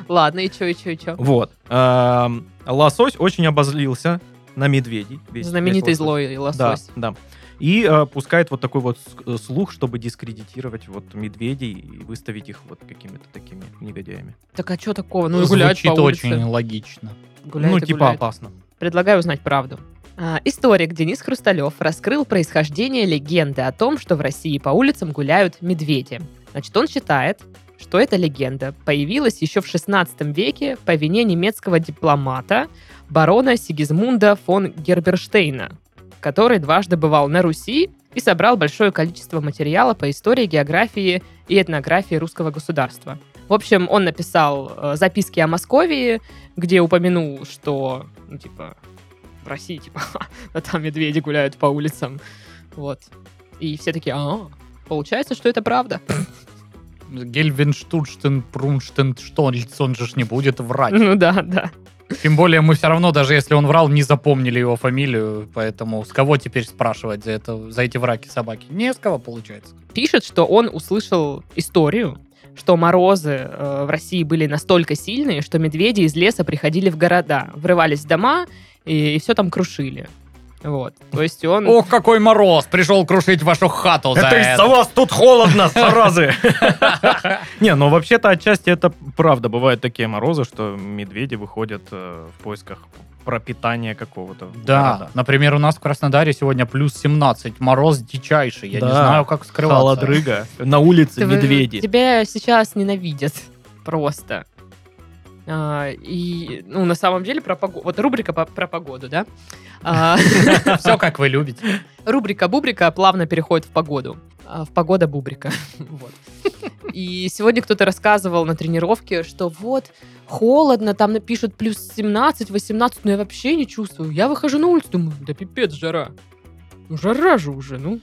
Speaker 1: Ладно, и чё, и чё, и чё?
Speaker 3: Вот. Эм, Лосось очень обозлился на медведей. Весь- весь
Speaker 1: Знаменитый
Speaker 3: лосось.
Speaker 1: злой лосось.
Speaker 3: Да, да. И э, пускает вот такой вот ск- э, слух, чтобы дискредитировать вот медведей и выставить их вот какими-то такими негодяями.
Speaker 1: Так а что такого? Ну и гулять по
Speaker 2: Звучит
Speaker 1: улице.
Speaker 2: очень логично.
Speaker 1: Гуляет
Speaker 3: ну,
Speaker 1: и
Speaker 3: типа
Speaker 1: гуляет.
Speaker 3: опасно.
Speaker 1: Предлагаю узнать правду. А, историк Денис Хрусталев раскрыл происхождение легенды о том, что в России по улицам гуляют медведи. Значит, он считает, что эта легенда появилась еще в XVI веке по вине немецкого дипломата барона Сигизмунда фон Герберштейна, который дважды бывал на Руси и собрал большое количество материала по истории, географии и этнографии русского государства. В общем, он написал э, записки о Московии, где упомянул, что, ну, типа, в России, типа, а там медведи гуляют по улицам. Вот. И все такие, а, получается, что это правда.
Speaker 2: Гельвенштурштен, Прунштен, Штольц, он же ж не будет врать.
Speaker 1: Ну да, да.
Speaker 2: Тем более мы все равно, даже если он врал, не запомнили его фамилию, поэтому с кого теперь спрашивать за, это, за эти враки собаки? Не с кого получается.
Speaker 1: Пишет, что он услышал историю, что морозы э, в России были настолько сильные, что медведи из леса приходили в города, врывались в дома и, все там крушили. Вот. То есть он...
Speaker 2: Ох, какой мороз! Пришел крушить вашу хату за
Speaker 3: Это из-за
Speaker 2: это.
Speaker 3: вас тут холодно, заразы! Не, ну вообще-то отчасти это правда. Бывают такие морозы, что медведи выходят э, в поисках пропитания какого-то.
Speaker 2: Да, например, у нас в Краснодаре сегодня плюс 17, мороз дичайший, я не
Speaker 3: Да.
Speaker 2: знаю, как
Speaker 3: города.
Speaker 2: скрываться.
Speaker 3: Холодрыга. На улице
Speaker 1: Ты-
Speaker 3: медведи.
Speaker 1: Тебя сейчас ненавидят просто. А, и, ну, на самом деле, про погоду... Вот рубрика по- про погоду, да? А,
Speaker 2: Все, как вы любите.
Speaker 1: рубрика Бубрика плавно переходит в погоду. А, В погода Бубрика. Вот. И сегодня кто-то рассказывал на тренировке, что вот, холодно, там напишут плюс 17, 18, но я вообще не чувствую. Я выхожу на улицу, думаю, да пипец, жара. Ну, жара же уже, ну,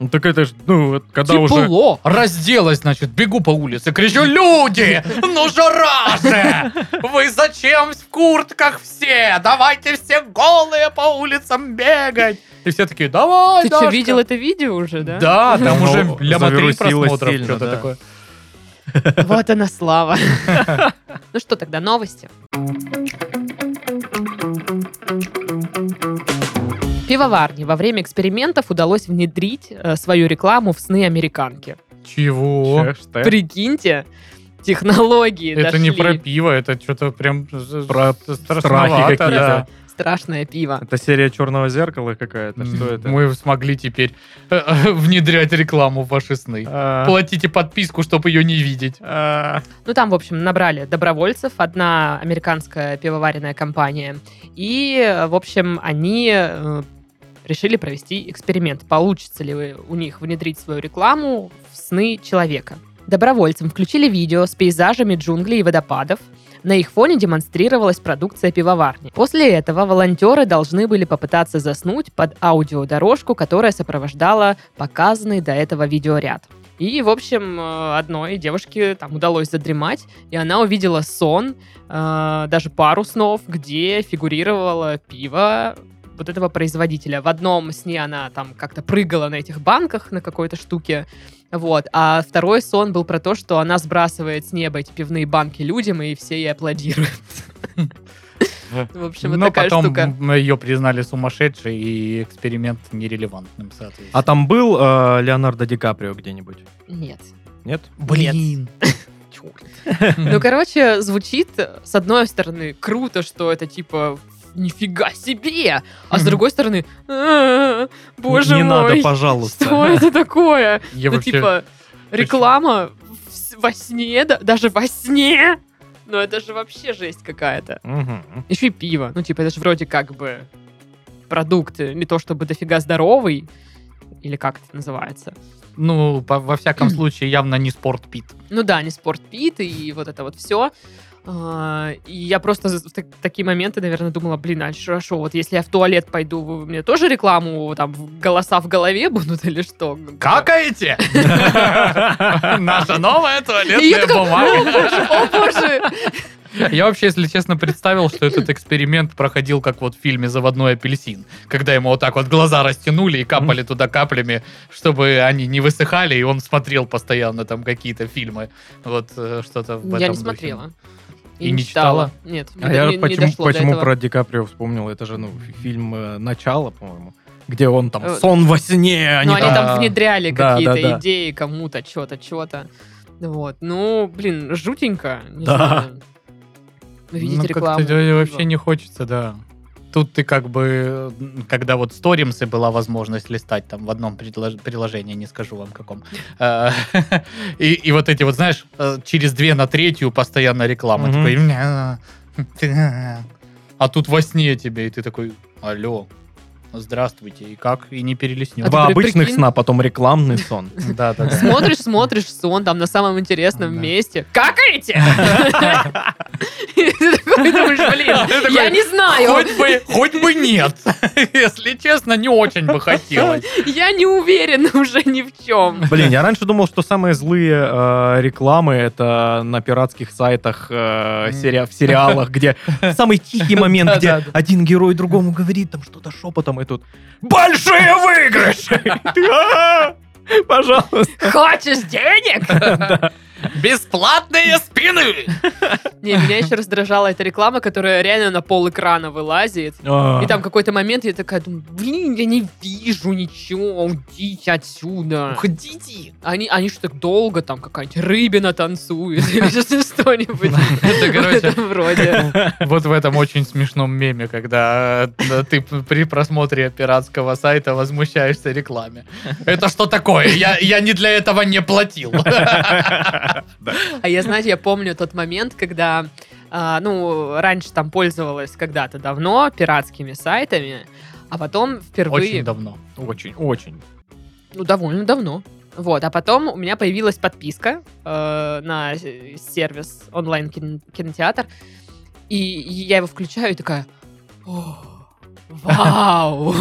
Speaker 3: Ну так это ж, ну, вот когда уже...
Speaker 1: тепло.
Speaker 2: Разделась, значит, бегу по улице, кричу, люди, ну жара же! Вы зачем в куртках все? Давайте все голые по улицам бегать! И все такие, давай,
Speaker 1: Ты что,
Speaker 2: Дашка!»
Speaker 1: видел это видео уже, да?
Speaker 2: Да, там
Speaker 3: Ну,
Speaker 2: уже ляма три
Speaker 3: завирусило
Speaker 2: просмотров,
Speaker 3: сильно,
Speaker 2: что-то
Speaker 3: да.
Speaker 2: такое.
Speaker 1: Вот она слава. Ну что тогда, новости? Пивоварне во время экспериментов удалось внедрить э, свою рекламу в сны американки.
Speaker 2: Чего?
Speaker 3: Хэштег.
Speaker 1: Прикиньте, технологии
Speaker 2: Э? Это не
Speaker 1: дошли.
Speaker 2: про пиво, это что-то прям
Speaker 3: Про
Speaker 2: страшновато,
Speaker 3: какие-то.
Speaker 2: да.
Speaker 1: Страшное пиво.
Speaker 3: Это серия черного зеркала какая-то. Что это?
Speaker 2: Мы смогли теперь э, внедрять рекламу в ваши сны.
Speaker 3: А,
Speaker 2: Платите подписку, чтобы ее не видеть.
Speaker 3: а,
Speaker 1: Ну, там, в общем, набрали добровольцев, одна американская пивоваренная компания. И, э, в общем, они э, решили провести эксперимент. Получится ли вы- у них внедрить свою рекламу в сны человека? Добровольцам включили видео с пейзажами джунглей и водопадов. На их фоне демонстрировалась продукция пивоварни. После этого волонтеры должны были попытаться заснуть под аудиодорожку, которая сопровождала показанный до этого видеоряд. И, в общем, э, одной девушке там удалось задремать, и она увидела сон, э, даже пару снов, где фигурировало пиво вот этого производителя. В одном сне она там как-то прыгала на этих банках на какой-то штуке, вот. А второй сон был про то, что она сбрасывает с неба эти пивные банки людям, и все ей аплодируют. В общем, вот
Speaker 2: Хм. Но
Speaker 1: такая
Speaker 2: потом
Speaker 1: штука.
Speaker 2: м, ее признали сумасшедшей и эксперимент нерелевантным,
Speaker 3: а
Speaker 2: соответственно.
Speaker 3: там был э, Леонардо Ди Каприо где-нибудь?
Speaker 1: Нет.
Speaker 3: Нет?
Speaker 2: А, Блин.
Speaker 1: Ну, короче, звучит, э, с одной стороны, круто, что это типа нифига себе, а с
Speaker 2: Мгм.
Speaker 1: другой стороны, «А, боже
Speaker 3: Не
Speaker 1: мой,
Speaker 3: надо, пожалуйста.
Speaker 1: что это такое?
Speaker 2: Я
Speaker 1: Ну,
Speaker 2: вообще-
Speaker 1: типа, реклама в с- во сне, да- даже во сне? Ну, это же вообще жесть какая-то.
Speaker 3: Мгм.
Speaker 1: Еще и пиво. Ну, типа, это же вроде как бы продукт, э, не то чтобы дофига здоровый, или как это называется.
Speaker 2: Ну, по- во всяком случае, явно не спорт пит.
Speaker 1: Ну да, не спортпит и вот это вот все. И я просто за- в так- такие моменты, наверное, думала, блин, а хорошо, вот если я в туалет пойду, вы мне тоже рекламу, там, в- голоса в голове будут или что? Ну,
Speaker 2: Какаете? Наша новая
Speaker 1: И я такая,
Speaker 2: туалетная
Speaker 1: «Ну». о
Speaker 2: бумага.
Speaker 1: боже, о боже!
Speaker 2: Я вообще, если честно, представил, что этот эксперимент проходил как вот в фильме «Заводной апельсин», когда ему вот так вот глаза растянули и капали туда каплями, чтобы они не высыхали, и он смотрел постоянно там какие-то фильмы. Вот э, что-то в этом
Speaker 1: Я не
Speaker 2: духе.
Speaker 1: смотрела.
Speaker 2: И не читала?
Speaker 1: Нет,
Speaker 3: А
Speaker 1: не-
Speaker 3: я
Speaker 1: не- не
Speaker 3: почему,
Speaker 1: дошло до
Speaker 3: почему
Speaker 1: этого.
Speaker 3: про Ди Каприо вспомнил? Это же ну, фи- фильм э, «Начало», по-моему, где он там
Speaker 1: Э,
Speaker 3: «Сон во сне», они
Speaker 1: Ну, они
Speaker 3: там...
Speaker 1: там внедряли
Speaker 3: Да,
Speaker 1: какие-то
Speaker 3: да, да.
Speaker 1: идеи кому-то, что-то, что-то. Вот. Ну, блин, жутенько. Не
Speaker 3: Да.
Speaker 1: знаю. Видеть
Speaker 2: Ну,
Speaker 1: рекламу.
Speaker 2: как-то э, вообще
Speaker 1: пива.
Speaker 2: не хочется, да. Тут ты как бы, э, когда вот сторимсы была возможность листать там в одном предлож- приложении, не скажу вам каком, э, и, и вот эти вот, знаешь, э, через две на третью постоянно реклама.
Speaker 3: Мгм.
Speaker 2: Такой, «Мя, ты-а». а тут во сне тебе, и ты такой, алло, здравствуйте, и как, и не перелеснешь.
Speaker 1: А ты
Speaker 3: Два
Speaker 1: при-
Speaker 3: обычных
Speaker 1: прикинь?
Speaker 3: сна, потом рекламный сон.
Speaker 2: Да, да, да.
Speaker 1: Смотришь, смотришь сон там на самом интересном
Speaker 2: Да.
Speaker 1: месте. Какаете! И Ты такой думаешь,
Speaker 2: Ты
Speaker 1: блин,
Speaker 2: такой,
Speaker 1: я не знаю,
Speaker 2: Хоть бы, хоть бы нет. Если честно, не очень бы хотелось.
Speaker 1: я не уверен уже ни в чем.
Speaker 3: Блин, я раньше думал, что самые злые э, рекламы это на пиратских сайтах э, сериа- в сериалах, где самый тихий момент, где
Speaker 2: Да-да-да.
Speaker 3: один герой другому говорит там что-то шепотом, и тут большие выигрыши! И ты, «А, Пожалуйста.
Speaker 1: Хочешь денег?
Speaker 2: Бесплатные спины!
Speaker 1: Не, меня еще раздражала эта реклама, которая реально на пол экрана вылазит. И
Speaker 2: А.
Speaker 1: там какой-то момент я такая думаю, блин, я не вижу ничего, уйдите
Speaker 2: Ну,
Speaker 1: отсюда.
Speaker 2: Уходите!
Speaker 1: Они, они что так долго, там какая-нибудь рыбина танцует или что-нибудь.
Speaker 2: Это,
Speaker 1: В
Speaker 2: короче,
Speaker 1: этом вроде.
Speaker 2: вот в этом очень смешном меме, когда э, да, ты п- при просмотре пиратского сайта возмущаешься рекламе. Это что такое? Я, я не для этого не платил.
Speaker 1: А я, знаете, я помню тот момент, когда, а, ну, раньше там пользовалась когда-то давно пиратскими сайтами, а потом впервые...
Speaker 2: Очень давно.
Speaker 3: Очень, очень.
Speaker 1: Ну, довольно давно. Вот, а потом у меня появилась подписка э, на с- сервис онлайн-кинотеатр, и я его включаю и такая, «О, вау,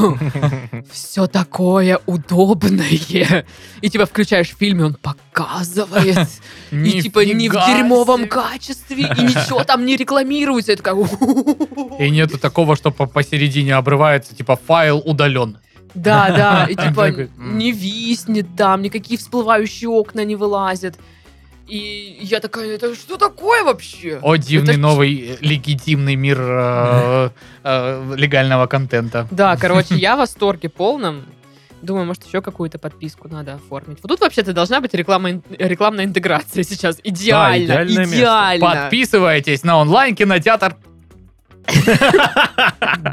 Speaker 1: все такое удобное. И типа включаешь фильм, и он показывает, и типа не в
Speaker 2: Нифига
Speaker 1: дерьмовом
Speaker 2: себе.
Speaker 1: качестве, и ничего там не рекламируется. Я такая, «У-ху-ху-ху-ху».
Speaker 2: И нету такого, что по- посередине обрывается, типа файл удален.
Speaker 1: Да, да, и типа
Speaker 2: Такой, «М».
Speaker 1: не виснет там, никакие всплывающие окна не вылазят. И я такая, это что такое вообще?
Speaker 2: О, дивный
Speaker 1: Это-
Speaker 2: новый э, легитимный мир э, э, легального контента.
Speaker 1: Да, короче, я в восторге полном. Думаю, может, еще какую-то подписку надо оформить. Вот тут вообще-то должна быть реклама, ин- рекламная интеграция сейчас. Идеально,
Speaker 3: идеальное место.
Speaker 1: идеально.
Speaker 2: Подписывайтесь на онлайн-кинотеатр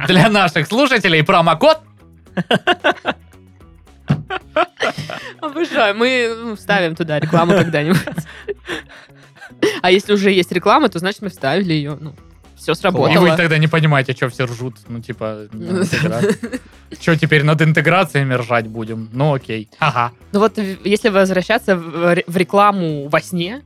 Speaker 2: Для наших слушателей промокод.
Speaker 1: Обожаю. Мы ну, вставим туда рекламу когда-нибудь. А если уже есть реклама, то значит мы вставили ее. Ну, все
Speaker 2: И вы
Speaker 1: сработало.
Speaker 2: тогда не понимаете, что все ржут. Ну, типа, что теперь над интеграциями ржать будем? Ну, окей. Ага.
Speaker 1: Ну вот, в- если возвращаться в ре- в рекламу во сне,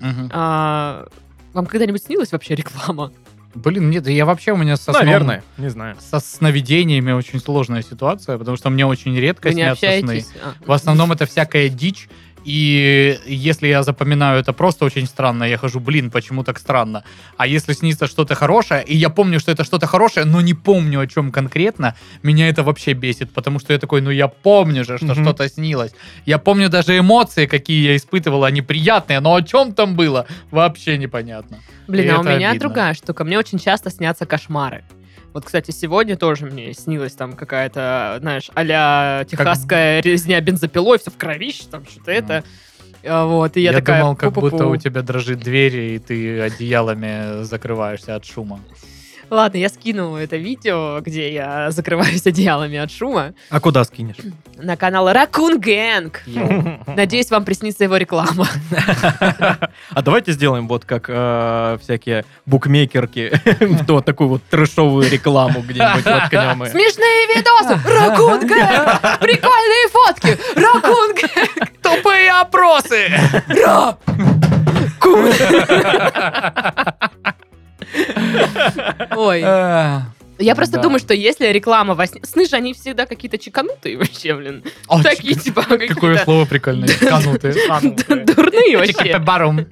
Speaker 2: Мгм.
Speaker 1: а, вам когда-нибудь снилась вообще реклама?
Speaker 2: Блин, нет, я вообще у меня со сном-
Speaker 3: Наверное, не знаю.
Speaker 2: со сновидениями очень сложная ситуация, потому что мне очень редко
Speaker 1: Вы не
Speaker 2: снятся сны.
Speaker 1: общаетесь? А.
Speaker 2: В основном это всякая дичь. И если я запоминаю это просто очень странно, я хожу, блин, почему так странно. А если снится что-то хорошее, и я помню, что это что-то хорошее, но не помню о чем конкретно, меня это вообще бесит, потому что я такой, ну я помню же, что
Speaker 3: Мгм.
Speaker 2: что-то снилось. Я помню даже эмоции, какие я испытывал, они приятные, но о чем там было, вообще непонятно.
Speaker 1: Блин,
Speaker 2: И
Speaker 1: а у
Speaker 2: это
Speaker 1: меня
Speaker 2: обидно.
Speaker 1: другая штука. Мне очень часто снятся кошмары. Вот, кстати, сегодня тоже мне снилась там какая-то, знаешь, а-ля техасская резня бензопилой, все в кровище, там что-то это. А, Вот, и я, такая...
Speaker 2: Ну. думал, как
Speaker 1: «Пу-пу-пу».
Speaker 2: будто у тебя дрожит дверь, и ты одеялами закрываешься от шума.
Speaker 1: Ладно, я скинула это видео, где я закрываюсь одеялами от шума,
Speaker 3: А куда скинешь?
Speaker 1: на канал Ракун Гэнг. Ну, Надеюсь, вам приснится его реклама.
Speaker 3: А давайте сделаем вот как э, всякие букмекерки, то такую вот трэшовую рекламу где-нибудь воткнем. и-
Speaker 1: Смешные видосы! Ракун Гэнг! Прикольные фотки! Ракун Гэнг!
Speaker 2: Тупые опросы! Э.
Speaker 1: Ой,
Speaker 3: А,
Speaker 2: Я
Speaker 1: Я просто
Speaker 2: Да.
Speaker 1: думаю, что если реклама во сне... Сны же, они всегда какие-то чеканутые вообще, блин.
Speaker 2: А,
Speaker 1: Такие, типа,
Speaker 2: Какое
Speaker 1: какие-то
Speaker 2: слово прикольное. Канутые.
Speaker 3: ну,
Speaker 1: дурные вообще.
Speaker 2: Барум.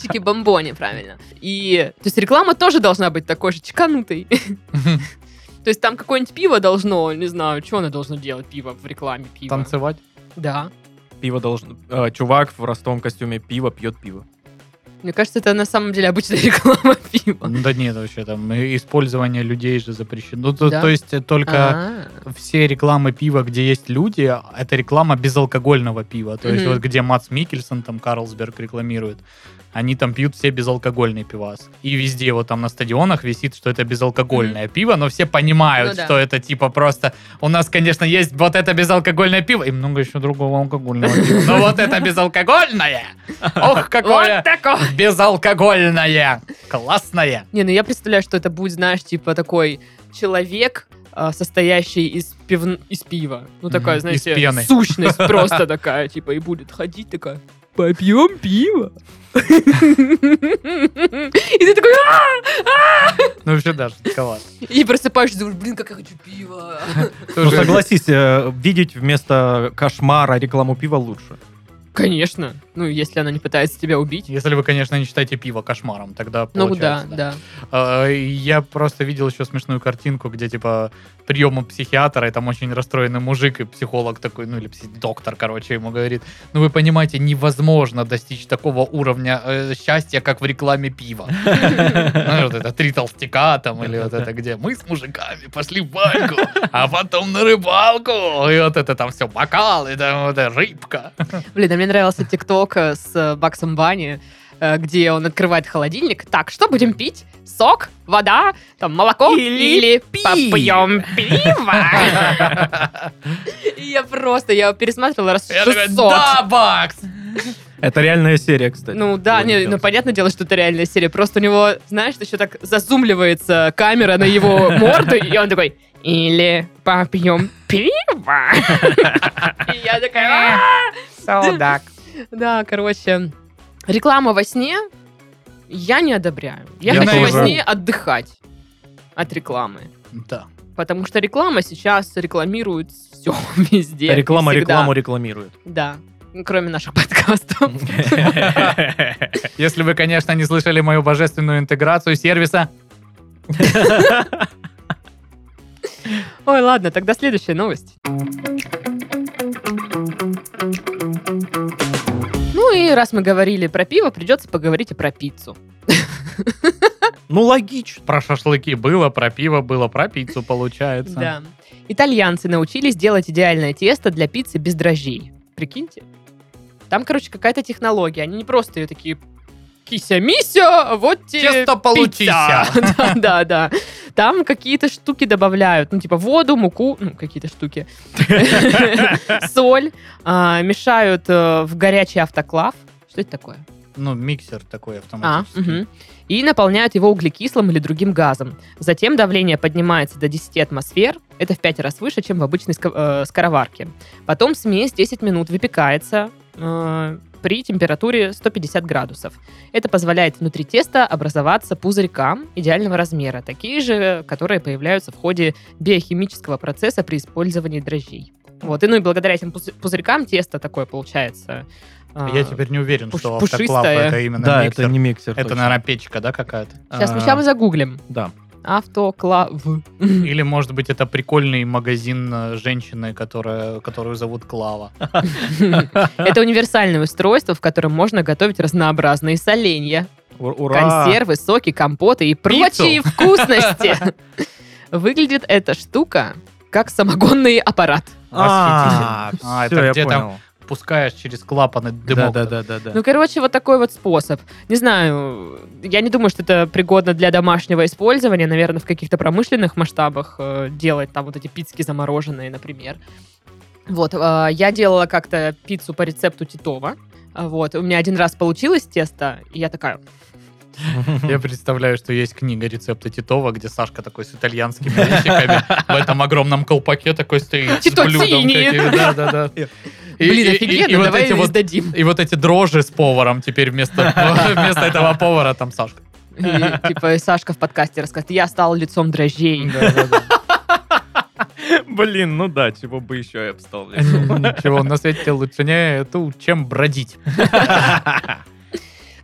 Speaker 1: Чики-бомбони, правильно. И, то есть, реклама тоже должна быть такой же чеканутой. То есть, там какое-нибудь пиво должно, не знаю, что оно должно делать, пиво в рекламе пива.
Speaker 2: Танцевать.
Speaker 1: Да.
Speaker 3: Пиво должно... э, Чувак в ростовом костюме пиво пьет пиво.
Speaker 1: Мне кажется, это на самом деле обычная реклама пива.
Speaker 2: Да нет, вообще там и- использование людей же запрещено. Ну, То
Speaker 1: Да?
Speaker 2: то есть э, только
Speaker 1: А,
Speaker 2: все рекламы пива, где есть люди, а это реклама безалкогольного пива. То есть
Speaker 1: Мгм.
Speaker 2: вот где Мац Микельсон, там Карлсберг рекламирует. Они там пьют все безалкогольный пивас. И везде вот там на стадионах висит, что это безалкогольное пиво, но все понимают,
Speaker 1: Ну да.
Speaker 2: что это типа просто... У нас, конечно, есть вот это безалкогольное пиво и много еще другого алкогольного пива. Но вот это безалкогольное! Ох, какое
Speaker 1: Вот такое!
Speaker 2: безалкогольное! Классное!
Speaker 1: Не, ну я представляю, что это будет, знаешь, типа такой человек, а, состоящий из, пив... из пива. Ну такая,
Speaker 2: Мгм, из
Speaker 1: знаете,
Speaker 2: пены.
Speaker 1: сущность просто такая, типа, и будет ходить такая, попьем пиво. И ты такой, «А!»
Speaker 2: Ну вообще даже шоколад.
Speaker 1: и просыпаешься, думаешь, блин, как я хочу пива.
Speaker 3: Ну, согласись, э, видеть вместо кошмара рекламу пива лучше.
Speaker 1: Конечно. Ну, если она не пытается тебя убить.
Speaker 2: Если вы, конечно, не считаете пиво кошмаром, тогда
Speaker 1: Ну да,
Speaker 2: получается,
Speaker 1: да.
Speaker 2: А, Я просто видел еще смешную картинку, где типа прием у психиатра, и там очень расстроенный мужик, и психолог такой, ну или пси- доктор, короче, ему говорит, ну вы понимаете, невозможно достичь такого уровня э, счастья, как в рекламе пива. Ну, вот это три толстяка там, или вот это где, мы с мужиками пошли в баньку, а потом на рыбалку, и вот это там все бокалы, там вот эта рыбка.
Speaker 1: Блин, а мне нравился тикток э, с э, Баксом Бани, э, где он открывает холодильник. Так, что будем пить? Сок, вода, там, молоко
Speaker 3: Или
Speaker 1: или, попьем пиво? И Я просто, я пересматривала раз
Speaker 2: Я такой,
Speaker 1: 600.
Speaker 2: да, Бакс!
Speaker 3: Это реальная серия, кстати.
Speaker 1: Ну да, не, ну понятное дело, что это реальная серия. Просто у него, знаешь, еще так зазумливается камера на его морду, и он такой, или попьем пиво. И я такая, «А!»
Speaker 2: Солдак.
Speaker 1: Да, короче, реклама во сне я не одобряю. Я,
Speaker 2: Я
Speaker 1: хочу
Speaker 2: тоже.
Speaker 1: во сне отдыхать от рекламы.
Speaker 2: Да.
Speaker 1: Потому что реклама сейчас рекламирует все везде.
Speaker 3: Реклама
Speaker 1: всегда.
Speaker 3: рекламу рекламирует.
Speaker 1: Да. Ну, Кроме наших подкастов.
Speaker 2: Если вы, конечно, не слышали мою божественную интеграцию сервиса,
Speaker 1: Ой, ладно, тогда следующая новость. Ну и раз мы говорили про пиво, придется поговорить и про пиццу.
Speaker 3: Ну, логично.
Speaker 2: про шашлыки было, про пиво было, про пиццу получается.
Speaker 1: Да. Итальянцы научились делать идеальное тесто для пиццы без дрожжей. Прикиньте. Там, короче, какая-то технология. Они не просто ее такие кися-мися, вот тебе
Speaker 2: Тесто получися.
Speaker 1: пицца. Да, да, да. Там какие-то штуки добавляют, ну, типа воду, муку, ну, какие-то штуки, соль, а, мешают э, в горячий автоклав. Что это такое?
Speaker 2: Ну, миксер такой
Speaker 1: А,
Speaker 2: автоматический.
Speaker 1: мгм. И наполняют его углекислым или другим газом. Затем давление поднимается до 10 атмосфер. Это в 5 раз выше, чем в обычной ско- э, скороварке. Потом смесь 10 минут выпекается э, при температуре 150 градусов. Это позволяет внутри теста образоваться пузырькам идеального размера, такие же, которые появляются в ходе биохимического процесса при использовании дрожжей. Вот, и ну и благодаря этим пузы- пузырькам тесто такое получается. э,
Speaker 2: Я теперь не уверен,
Speaker 1: пуш-
Speaker 2: что автоклав
Speaker 1: пушистая.
Speaker 2: это именно
Speaker 3: Да,
Speaker 2: миксер.
Speaker 3: это не миксер.
Speaker 2: Это,
Speaker 3: точно.
Speaker 2: наверное, печка, да, какая-то?
Speaker 1: Сейчас мы
Speaker 3: А,
Speaker 1: сейчас загуглим.
Speaker 3: Да.
Speaker 1: Автоклав.
Speaker 2: Или, может быть, это прикольный магазин э, женщины, которая, которую зовут Клава.
Speaker 1: Это универсальное устройство, в котором можно готовить разнообразные соленья,
Speaker 3: У- Ура.
Speaker 1: консервы, соки, компоты и прочие вкусности. Выглядит эта штука как самогонный аппарат.
Speaker 3: А,
Speaker 2: Восхитительно. А,
Speaker 3: всё,
Speaker 2: это
Speaker 3: я
Speaker 2: где там
Speaker 3: понял.
Speaker 2: Пускаешь через клапаны дымок.
Speaker 3: Да-да-да-да-да.
Speaker 1: Ну, короче, вот такой вот способ. Не знаю, я не думаю, что это пригодно для домашнего использования. Наверное, в каких-то промышленных масштабах э, делать там вот эти пиццы замороженные, например. Вот, э, я делала как-то пиццу по рецепту Титова. А, Вот, у меня один раз получилось тесто, и я такая,
Speaker 2: Я представляю, что есть книга рецепта Титова, где Сашка такой с итальянскими ящиками в этом огромном колпаке такой стоит. с
Speaker 1: Титоцини.
Speaker 2: блюдом каким- Да-да-да. И-
Speaker 1: блин,
Speaker 2: и- и-
Speaker 1: офигенно,
Speaker 2: и вот
Speaker 1: давай
Speaker 2: эти вот-
Speaker 1: издадим.
Speaker 2: И вот эти дрожжи с поваром теперь вместо вместо этого повара там Сашка.
Speaker 1: И, типа, Сашка в подкасте рассказывает, я стал лицом дрожжей.
Speaker 3: Блин, ну да, чего бы еще я встал.
Speaker 2: Ничего, на свете лучше не ту, чем бродить.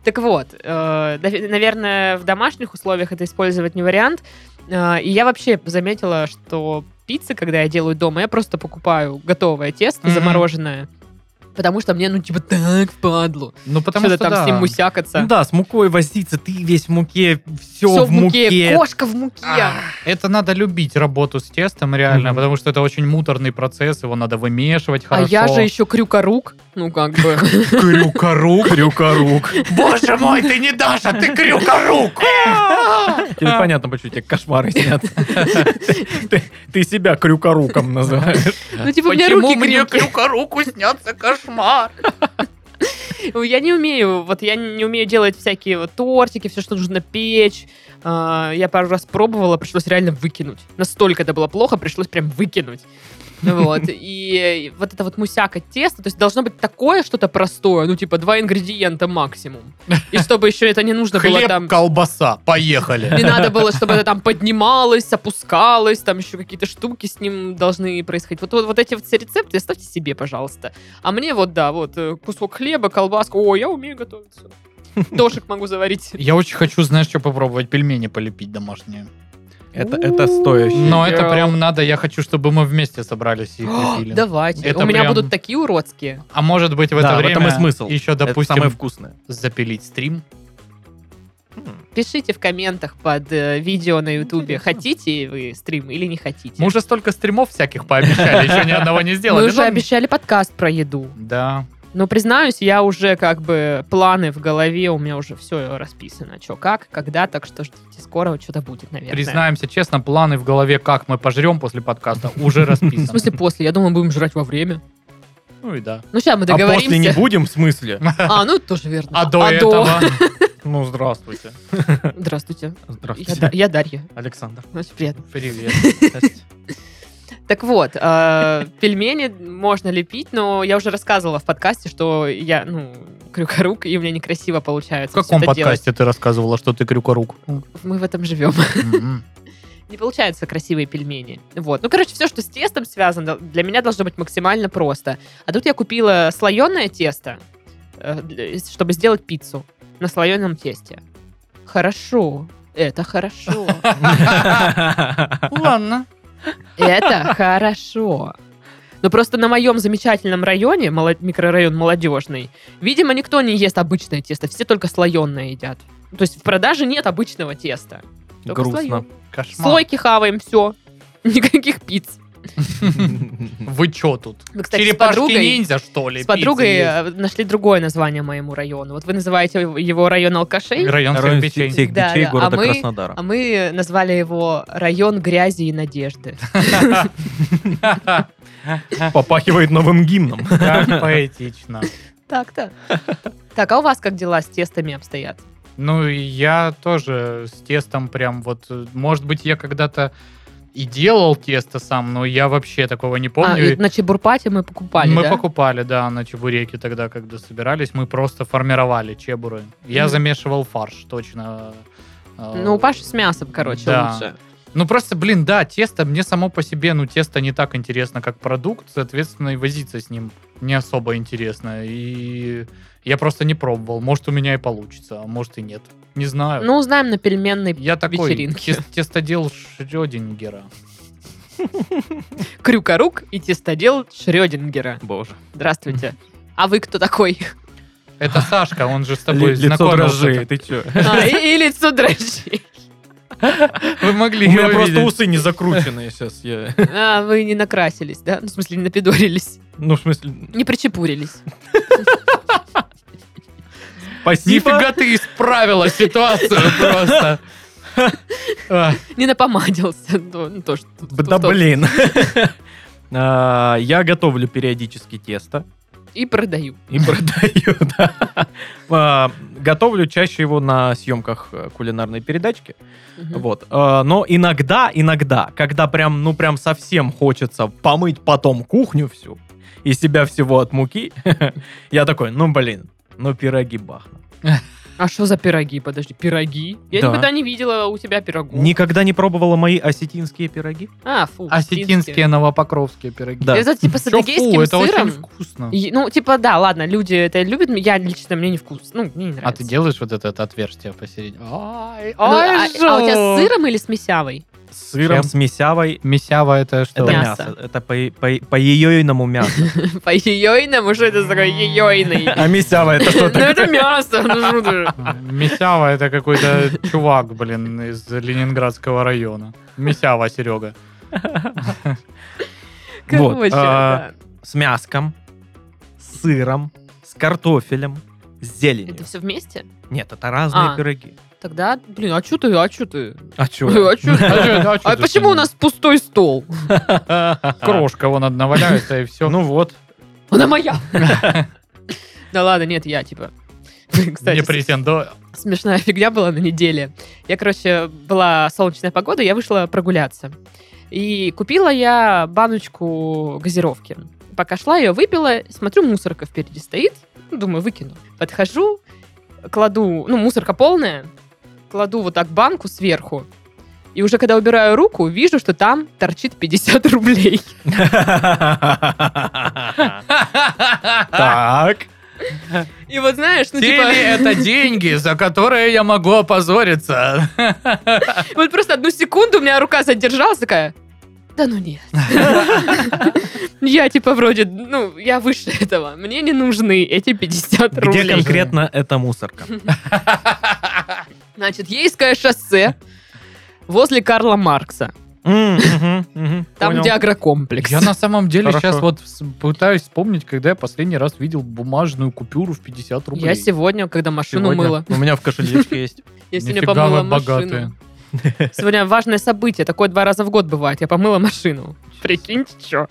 Speaker 1: Так вот, э, наве- наверное, в домашних условиях это использовать не вариант. Э, И я вообще заметила, что пиццы, когда я делаю дома, я просто покупаю готовое тесто,
Speaker 2: Мгм.
Speaker 1: замороженное. Потому что мне, ну, типа, так впадлу.
Speaker 2: Ну, потому
Speaker 1: Что-то
Speaker 2: что
Speaker 1: там
Speaker 2: да.
Speaker 1: с ним мусякаться.
Speaker 3: Да, с мукой возиться, ты весь в муке, все,
Speaker 1: Всё в муке. Кошка в муке.
Speaker 2: А, Это надо любить работу с тестом, реально,
Speaker 3: Мгм.
Speaker 2: потому что это очень муторный процесс, его надо вымешивать
Speaker 1: А
Speaker 2: хорошо.
Speaker 1: я же еще крюкорук. Ну, как бы.
Speaker 2: крюкорук. Крюкорук. Боже мой, ты не Даша, ты крюкорук!
Speaker 3: Теперь понятно, почему тебе кошмары снят. Ты себя крюкоруком называешь.
Speaker 1: Ну, типа, у меня руки крюки.
Speaker 2: крюкоруку снятся кошмар?
Speaker 1: Э, Я не умею, вот я не умею делать всякие вот тортики, все, что нужно печь. А, Я пару раз пробовала, пришлось реально выкинуть. Настолько это было плохо, пришлось прям выкинуть. Вот, и вот это вот мусяка тесто, то есть должно быть такое что-то простое, ну типа два ингредиента максимум. И чтобы еще это не нужно было
Speaker 2: Хлеб,
Speaker 1: там...
Speaker 2: колбаса, поехали.
Speaker 1: Не надо было, чтобы это там поднималось, опускалось, там еще какие-то штуки с ним должны происходить. Вот, вот, вот эти вот все рецепты оставьте себе, пожалуйста. А мне вот, да, вот э, кусок хлеба, колбаску. О, я умею готовить всё. Тошек могу заварить.
Speaker 2: Я очень хочу, знаешь, что попробовать? Пельмени полепить домашние.
Speaker 3: Это, это стоящее.
Speaker 2: Но это
Speaker 1: Girl.
Speaker 2: прям надо, я хочу, чтобы мы вместе собрались и их лепили.
Speaker 1: Давайте.
Speaker 2: Это
Speaker 1: У меня
Speaker 2: прям-
Speaker 1: будут такие уродские.
Speaker 2: А может быть в это
Speaker 3: Да, в
Speaker 2: время
Speaker 3: этом и смысл.
Speaker 2: еще,
Speaker 3: это
Speaker 2: допустим,
Speaker 3: самое вкусное.
Speaker 2: запилить стрим?
Speaker 1: Пишите в комментах под э, видео на ютубе, хотите вы стрим или не хотите.
Speaker 2: Мы уже столько стримов всяких пообещали, еще ни одного не
Speaker 1: Мы
Speaker 2: сделали.
Speaker 1: уже
Speaker 2: Ну,
Speaker 1: обещали подкаст про еду.
Speaker 2: Да.
Speaker 1: Но признаюсь, я уже как бы планы в голове, у меня уже все расписано. Что, как, когда, так что ждите, скоро что-то будет, наверное.
Speaker 2: Признаемся честно, планы в голове, как мы пожрем после подкаста, уже
Speaker 1: В
Speaker 2: расписаны.
Speaker 1: смысле, после? Я думаю, будем жрать во время.
Speaker 2: Ну и да.
Speaker 1: Ну, сейчас мы
Speaker 3: А после не
Speaker 1: договоримся.
Speaker 3: будем, в смысле?
Speaker 1: А, ну, тоже верно.
Speaker 2: А до этого...
Speaker 3: Ну, здравствуйте.
Speaker 1: Здравствуйте. Я
Speaker 3: Здравствуйте.
Speaker 1: Да- Я Дарья.
Speaker 3: Александр.
Speaker 1: Очень приятно.
Speaker 2: Привет.
Speaker 1: Так вот, э, пельмени можно лепить, но я уже рассказывала в подкасте, что я, ну, крюкорук, и у меня некрасиво
Speaker 2: В
Speaker 1: получается
Speaker 2: каком
Speaker 1: всё это делать.
Speaker 2: подкасте ты рассказывала, что ты крюкорук?
Speaker 1: Мы в этом живем. М-м.
Speaker 2: Мгм.
Speaker 1: не получаются красивые пельмени. Вот. Ну, короче, все, что с тестом связано, для меня должно быть максимально просто. А тут я купила слоеное тесто, э, для- чтобы сделать пиццу на слоеном тесте. Хорошо. Это хорошо.
Speaker 2: Ладно.
Speaker 1: Это хорошо. Но просто на моем замечательном районе, мало- микрорайон молодежный, видимо, никто не ест обычное тесто, все только слоеное едят. То есть в продаже нет обычного теста. Только
Speaker 3: Грустно.
Speaker 1: слоёное.
Speaker 2: Кошмар.
Speaker 1: Слойки хаваем, все. Никаких пиц.
Speaker 2: Вы чё тут?
Speaker 1: Вы, кстати, с
Speaker 2: Черепашки
Speaker 1: подругой,
Speaker 2: ниндзя, что ли?
Speaker 1: с подругой
Speaker 2: пиццы
Speaker 1: э, нашли другое название моему району. Вот вы называете его район алкашей,
Speaker 2: есть? Район
Speaker 3: Район
Speaker 2: кирпичей.
Speaker 3: всех
Speaker 1: Да,
Speaker 3: бичей
Speaker 1: да,
Speaker 3: города
Speaker 1: а мы-
Speaker 3: Краснодара.
Speaker 1: а мы назвали его район грязи и надежды.
Speaker 3: Попахивает новым гимном.
Speaker 2: Как поэтично.
Speaker 1: Так-то. Так, а у вас как дела с тестами обстоят?
Speaker 2: Ну, и я тоже с тестом прям вот... э, Может быть, я когда-то и делал тесто сам, но я вообще такого не помню.
Speaker 1: А,
Speaker 2: И
Speaker 1: и на Чебурпате мы покупали,
Speaker 2: мы
Speaker 1: да?
Speaker 2: покупали, да, на чебуреке тогда, когда собирались, мы просто формировали чебуры. Я
Speaker 1: Мгм.
Speaker 2: замешивал фарш, точно. Э,
Speaker 1: Ну, у Паши с мясом, короче,
Speaker 2: Да.
Speaker 1: лучше.
Speaker 2: Ну, просто, блин, да, тесто, мне само по себе, ну, тесто не так интересно, как продукт, соответственно, и возиться с ним не особо интересно. И я просто не пробовал. Может, у меня и получится, а может и нет. Не знаю.
Speaker 1: Ну, узнаем на пельменной
Speaker 2: я такой
Speaker 1: вечеринки.
Speaker 2: тес- тестодел Шрёдингера.
Speaker 1: крюкорук и тестодел Шрёдингера.
Speaker 3: Боже.
Speaker 1: Здравствуйте. А вы кто такой?
Speaker 2: Это Сашка, он же с тобой
Speaker 3: Ли- Лицо
Speaker 2: знакомился.
Speaker 3: дрожжи, ты чё?
Speaker 1: А, и, и лицо дрожжи.
Speaker 2: Вы
Speaker 3: У
Speaker 2: могли
Speaker 3: меня
Speaker 2: его
Speaker 3: просто
Speaker 2: видеть.
Speaker 3: усы не закрученные сейчас. я-
Speaker 1: А, вы не накрасились, да? Ну, в смысле, не напидорились.
Speaker 3: Ну, в смысле,
Speaker 1: Не причепурились.
Speaker 3: спасибо.
Speaker 1: Типа-
Speaker 2: Нифига ты исправила ситуацию просто. А,
Speaker 1: Не напомадился. Ну, ну, то, что-
Speaker 3: Да
Speaker 1: что-
Speaker 3: блин. А, Я готовлю периодически тесто.
Speaker 1: И продаю.
Speaker 3: И продаю, да. А, Готовлю чаще его на съемках э, кулинарной передачки.
Speaker 1: Мгм.
Speaker 3: Вот. А, Но иногда, иногда, когда прям, ну прям совсем хочется помыть потом кухню всю и себя всего от муки, я такой, ну блин, ну пироги бахнут.
Speaker 1: А что за пироги? Подожди, пироги? Я
Speaker 3: Да.
Speaker 1: никогда не видела у тебя пирогов.
Speaker 3: Никогда не пробовала мои осетинские пироги?
Speaker 1: А, фу.
Speaker 2: Осетинские новопокровские пироги.
Speaker 3: Да.
Speaker 1: Это типа с
Speaker 2: Чё фу,
Speaker 1: адыгейским
Speaker 2: это очень
Speaker 1: сыром.
Speaker 2: вкусно.
Speaker 1: И, Ну, типа, да, ладно, люди это любят, я лично, мне не вкус. Ну, мне не нравится.
Speaker 2: А ты делаешь вот это, это отверстие посередине? Ай,
Speaker 1: Ну, а,
Speaker 2: ай,
Speaker 1: а у тебя с
Speaker 2: жо!
Speaker 1: сыром или с мясявой?
Speaker 3: С сыром,
Speaker 2: Чем?
Speaker 3: с мясявой.
Speaker 2: Мясява это что?
Speaker 3: Это
Speaker 1: Мясо.
Speaker 3: мясо. Это по, по, по еёйному мясу.
Speaker 1: По ейойному, что это за такое ейойный?
Speaker 3: А мясява это
Speaker 1: Ну,
Speaker 3: что такое?
Speaker 1: это мясо, ну, что ты.
Speaker 2: Мясява А. это какой-то чувак, блин, из Ленинградского района. Мясява, Серега.
Speaker 3: Вот,
Speaker 1: Короче,
Speaker 3: а,
Speaker 1: да.
Speaker 3: С мяском, с сыром, с картофелем, с зеленью.
Speaker 1: Это все вместе?
Speaker 3: Нет, это разные
Speaker 1: А.
Speaker 3: пироги.
Speaker 1: Тогда, блин, а чё ты, а чё ты?
Speaker 3: А чё?
Speaker 1: А чё А. ты? А почему у нас пустой стол?
Speaker 2: крошка вон одна валяется и все?
Speaker 3: Ну вот.
Speaker 1: Она моя. Да ладно, нет, я типа.
Speaker 2: не
Speaker 1: Кстати,
Speaker 2: претендую.
Speaker 1: смешная фигня была на неделе. Я, короче, была солнечная погода, я вышла прогуляться. И купила я баночку газировки. Пока шла, ее выпила, смотрю, мусорка впереди стоит. Ну, Думаю, выкину. Подхожу, кладу, ну, мусорка полная, кладу вот так банку сверху. И уже когда убираю руку, вижу, что там торчит 50 рублей.
Speaker 3: Так.
Speaker 1: И вот знаешь, ну,
Speaker 2: Те
Speaker 1: типа...
Speaker 2: ли это деньги, за которые я могу опозориться?
Speaker 1: Вот просто одну секунду у меня рука задержалась, такая, да ну нет. Я типа вроде, ну, я выше этого. Мне не нужны эти 50
Speaker 3: Где
Speaker 1: рублей.
Speaker 3: конкретно эта мусорка?
Speaker 1: Значит, Ейское шоссе возле Карла Маркса.
Speaker 3: М, мгм, мгм,
Speaker 1: Там,
Speaker 3: понял.
Speaker 1: где агрокомплекс.
Speaker 2: Я на самом деле
Speaker 3: Хорошо.
Speaker 2: сейчас вот с- пытаюсь вспомнить, когда я последний раз видел бумажную купюру в 50 рублей.
Speaker 1: Я сегодня, когда машину
Speaker 3: Сегодня
Speaker 1: мыла.
Speaker 3: У меня в кошелечке есть.
Speaker 1: Я сегодня
Speaker 2: Нифига
Speaker 1: помыла
Speaker 2: вы
Speaker 1: машину. Сегодня важное событие. Такое два раза в год бывает. Я помыла машину. Прикиньте, что.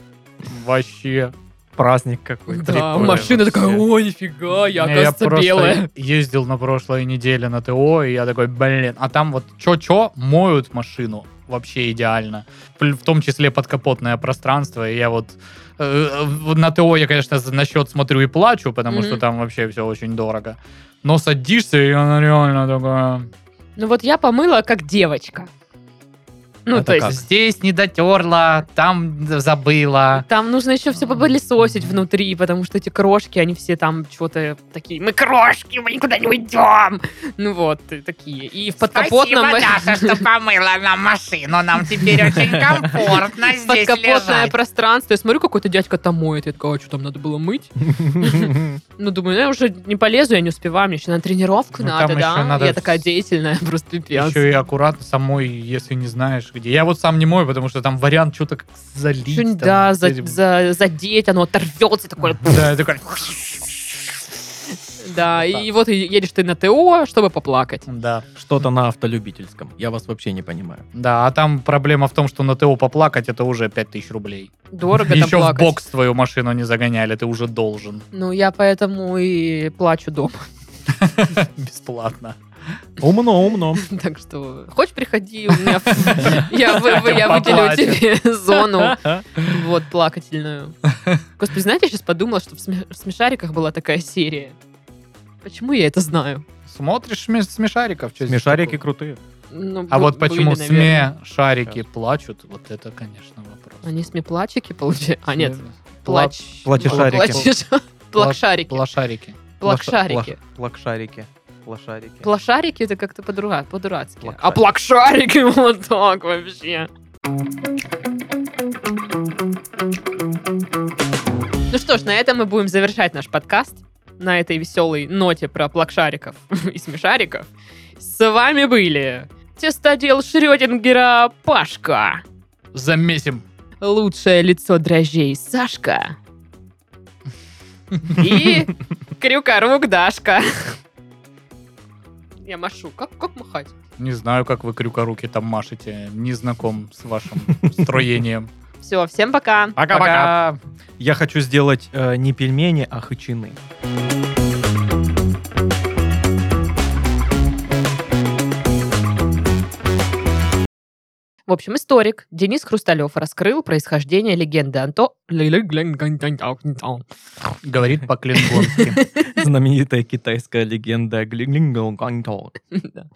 Speaker 2: Вообще.
Speaker 3: Праздник какой-то.
Speaker 1: Да,
Speaker 3: Прикольно
Speaker 1: машина такая,
Speaker 3: вообще.
Speaker 1: о, нифига, я,
Speaker 2: Я
Speaker 1: оказывается,
Speaker 2: просто
Speaker 1: белая.
Speaker 2: ездил на прошлой неделе на ТО, и я такой, блин, а там вот чё-чё моют машину вообще идеально. Пл- В том числе подкапотное пространство, и я вот э, в- на ТО я, конечно, за- на счет смотрю и плачу, потому
Speaker 1: Мгм.
Speaker 2: что там вообще все очень дорого. Но садишься, и она реально такая...
Speaker 1: Ну вот я помыла как девочка. Ну,
Speaker 3: Это
Speaker 1: то есть,
Speaker 3: как?
Speaker 2: Здесь не дотерла, там забыла.
Speaker 1: там нужно еще все попылесосить внутри, потому что эти крошки, они все там что-то такие, мы крошки, мы никуда не уйдем. Ну вот, и такие. И в подкапотном...
Speaker 2: что помыла нам машину. Нам теперь очень комфортно
Speaker 1: Подкапотное пространство. Я смотрю, какой-то дядька там моет. Я такая, а что там надо было мыть? Ну, думаю, ну, я уже не полезу, я не успеваю, мне еще на тренировку
Speaker 2: Ну,
Speaker 1: надо,
Speaker 2: там
Speaker 1: да?
Speaker 2: еще надо
Speaker 1: Я такая деятельная, просто пипец.
Speaker 2: Еще и аккуратно самой, если не знаешь, господи. Я вот сам не мою, потому что там вариант что-то как залить.
Speaker 1: Что-нибудь,
Speaker 2: там,
Speaker 1: да, за-
Speaker 2: эти-
Speaker 1: за- задеть, оно оторвется такое.
Speaker 2: Да, я такой...
Speaker 1: Да,
Speaker 2: Вот
Speaker 1: и вот и едешь ты на ТО, чтобы поплакать.
Speaker 2: Да.
Speaker 3: Что-то на автолюбительском. Я вас вообще не понимаю.
Speaker 2: Да, а там проблема в том, что на ТО поплакать это уже 5000 рублей.
Speaker 1: Дорого там
Speaker 2: Еще в
Speaker 1: плакать.
Speaker 2: бокс твою машину не загоняли, ты уже должен.
Speaker 1: Ну, я поэтому и плачу дома.
Speaker 2: Бесплатно.
Speaker 3: Умно, умно.
Speaker 1: Так что, хочешь, приходи, у меня в- я вы- вы- я выделю
Speaker 2: Поплачем.
Speaker 1: тебе зону вот плакательную. Господи, знаете, я сейчас подумала, что в «Сме- в смешариках была такая серия. Почему я это знаю?
Speaker 2: Смотришь сме- смешариков? что здесь
Speaker 3: Смешарики
Speaker 2: такого?
Speaker 3: крутые.
Speaker 1: Ну,
Speaker 2: А
Speaker 1: бу-
Speaker 2: вот почему
Speaker 1: были, наверное.
Speaker 2: смешарики плачут, вот это, конечно, вопрос.
Speaker 1: Они смеплачики получили? А, нет,
Speaker 2: Сме-
Speaker 1: плач...
Speaker 3: плачешарики.
Speaker 1: плачеш- Плакшарики.
Speaker 2: Плашарики.
Speaker 1: Плакшарики.
Speaker 3: Плакшарики. Плашарики.
Speaker 1: Плашарики это как-то подруга- по-дурацки.
Speaker 3: Плакшарики.
Speaker 1: А плакшарики вот так вообще. Ну что ж, на этом мы будем завершать наш подкаст. На этой веселой ноте про плакшариков и смешариков. С вами были тестодел Шрёдингера Пашка,
Speaker 2: Замесим.
Speaker 1: лучшее лицо дрожжей Сашка и крюкорук Дашка. Я машу. Как, как махать?
Speaker 2: Не знаю, как вы крюкоруки там машете. Не знаком с вашим строением.
Speaker 1: Все, всем пока.
Speaker 2: Пока-пока.
Speaker 3: Я хочу сделать э, не пельмени, а хычины.
Speaker 1: В общем, историк Денис Хрусталев раскрыл происхождение легенды Анто...
Speaker 2: Говорит по-клингонски.
Speaker 3: Знаменитая китайская легенда. Глинглинглгангтол.
Speaker 1: Да.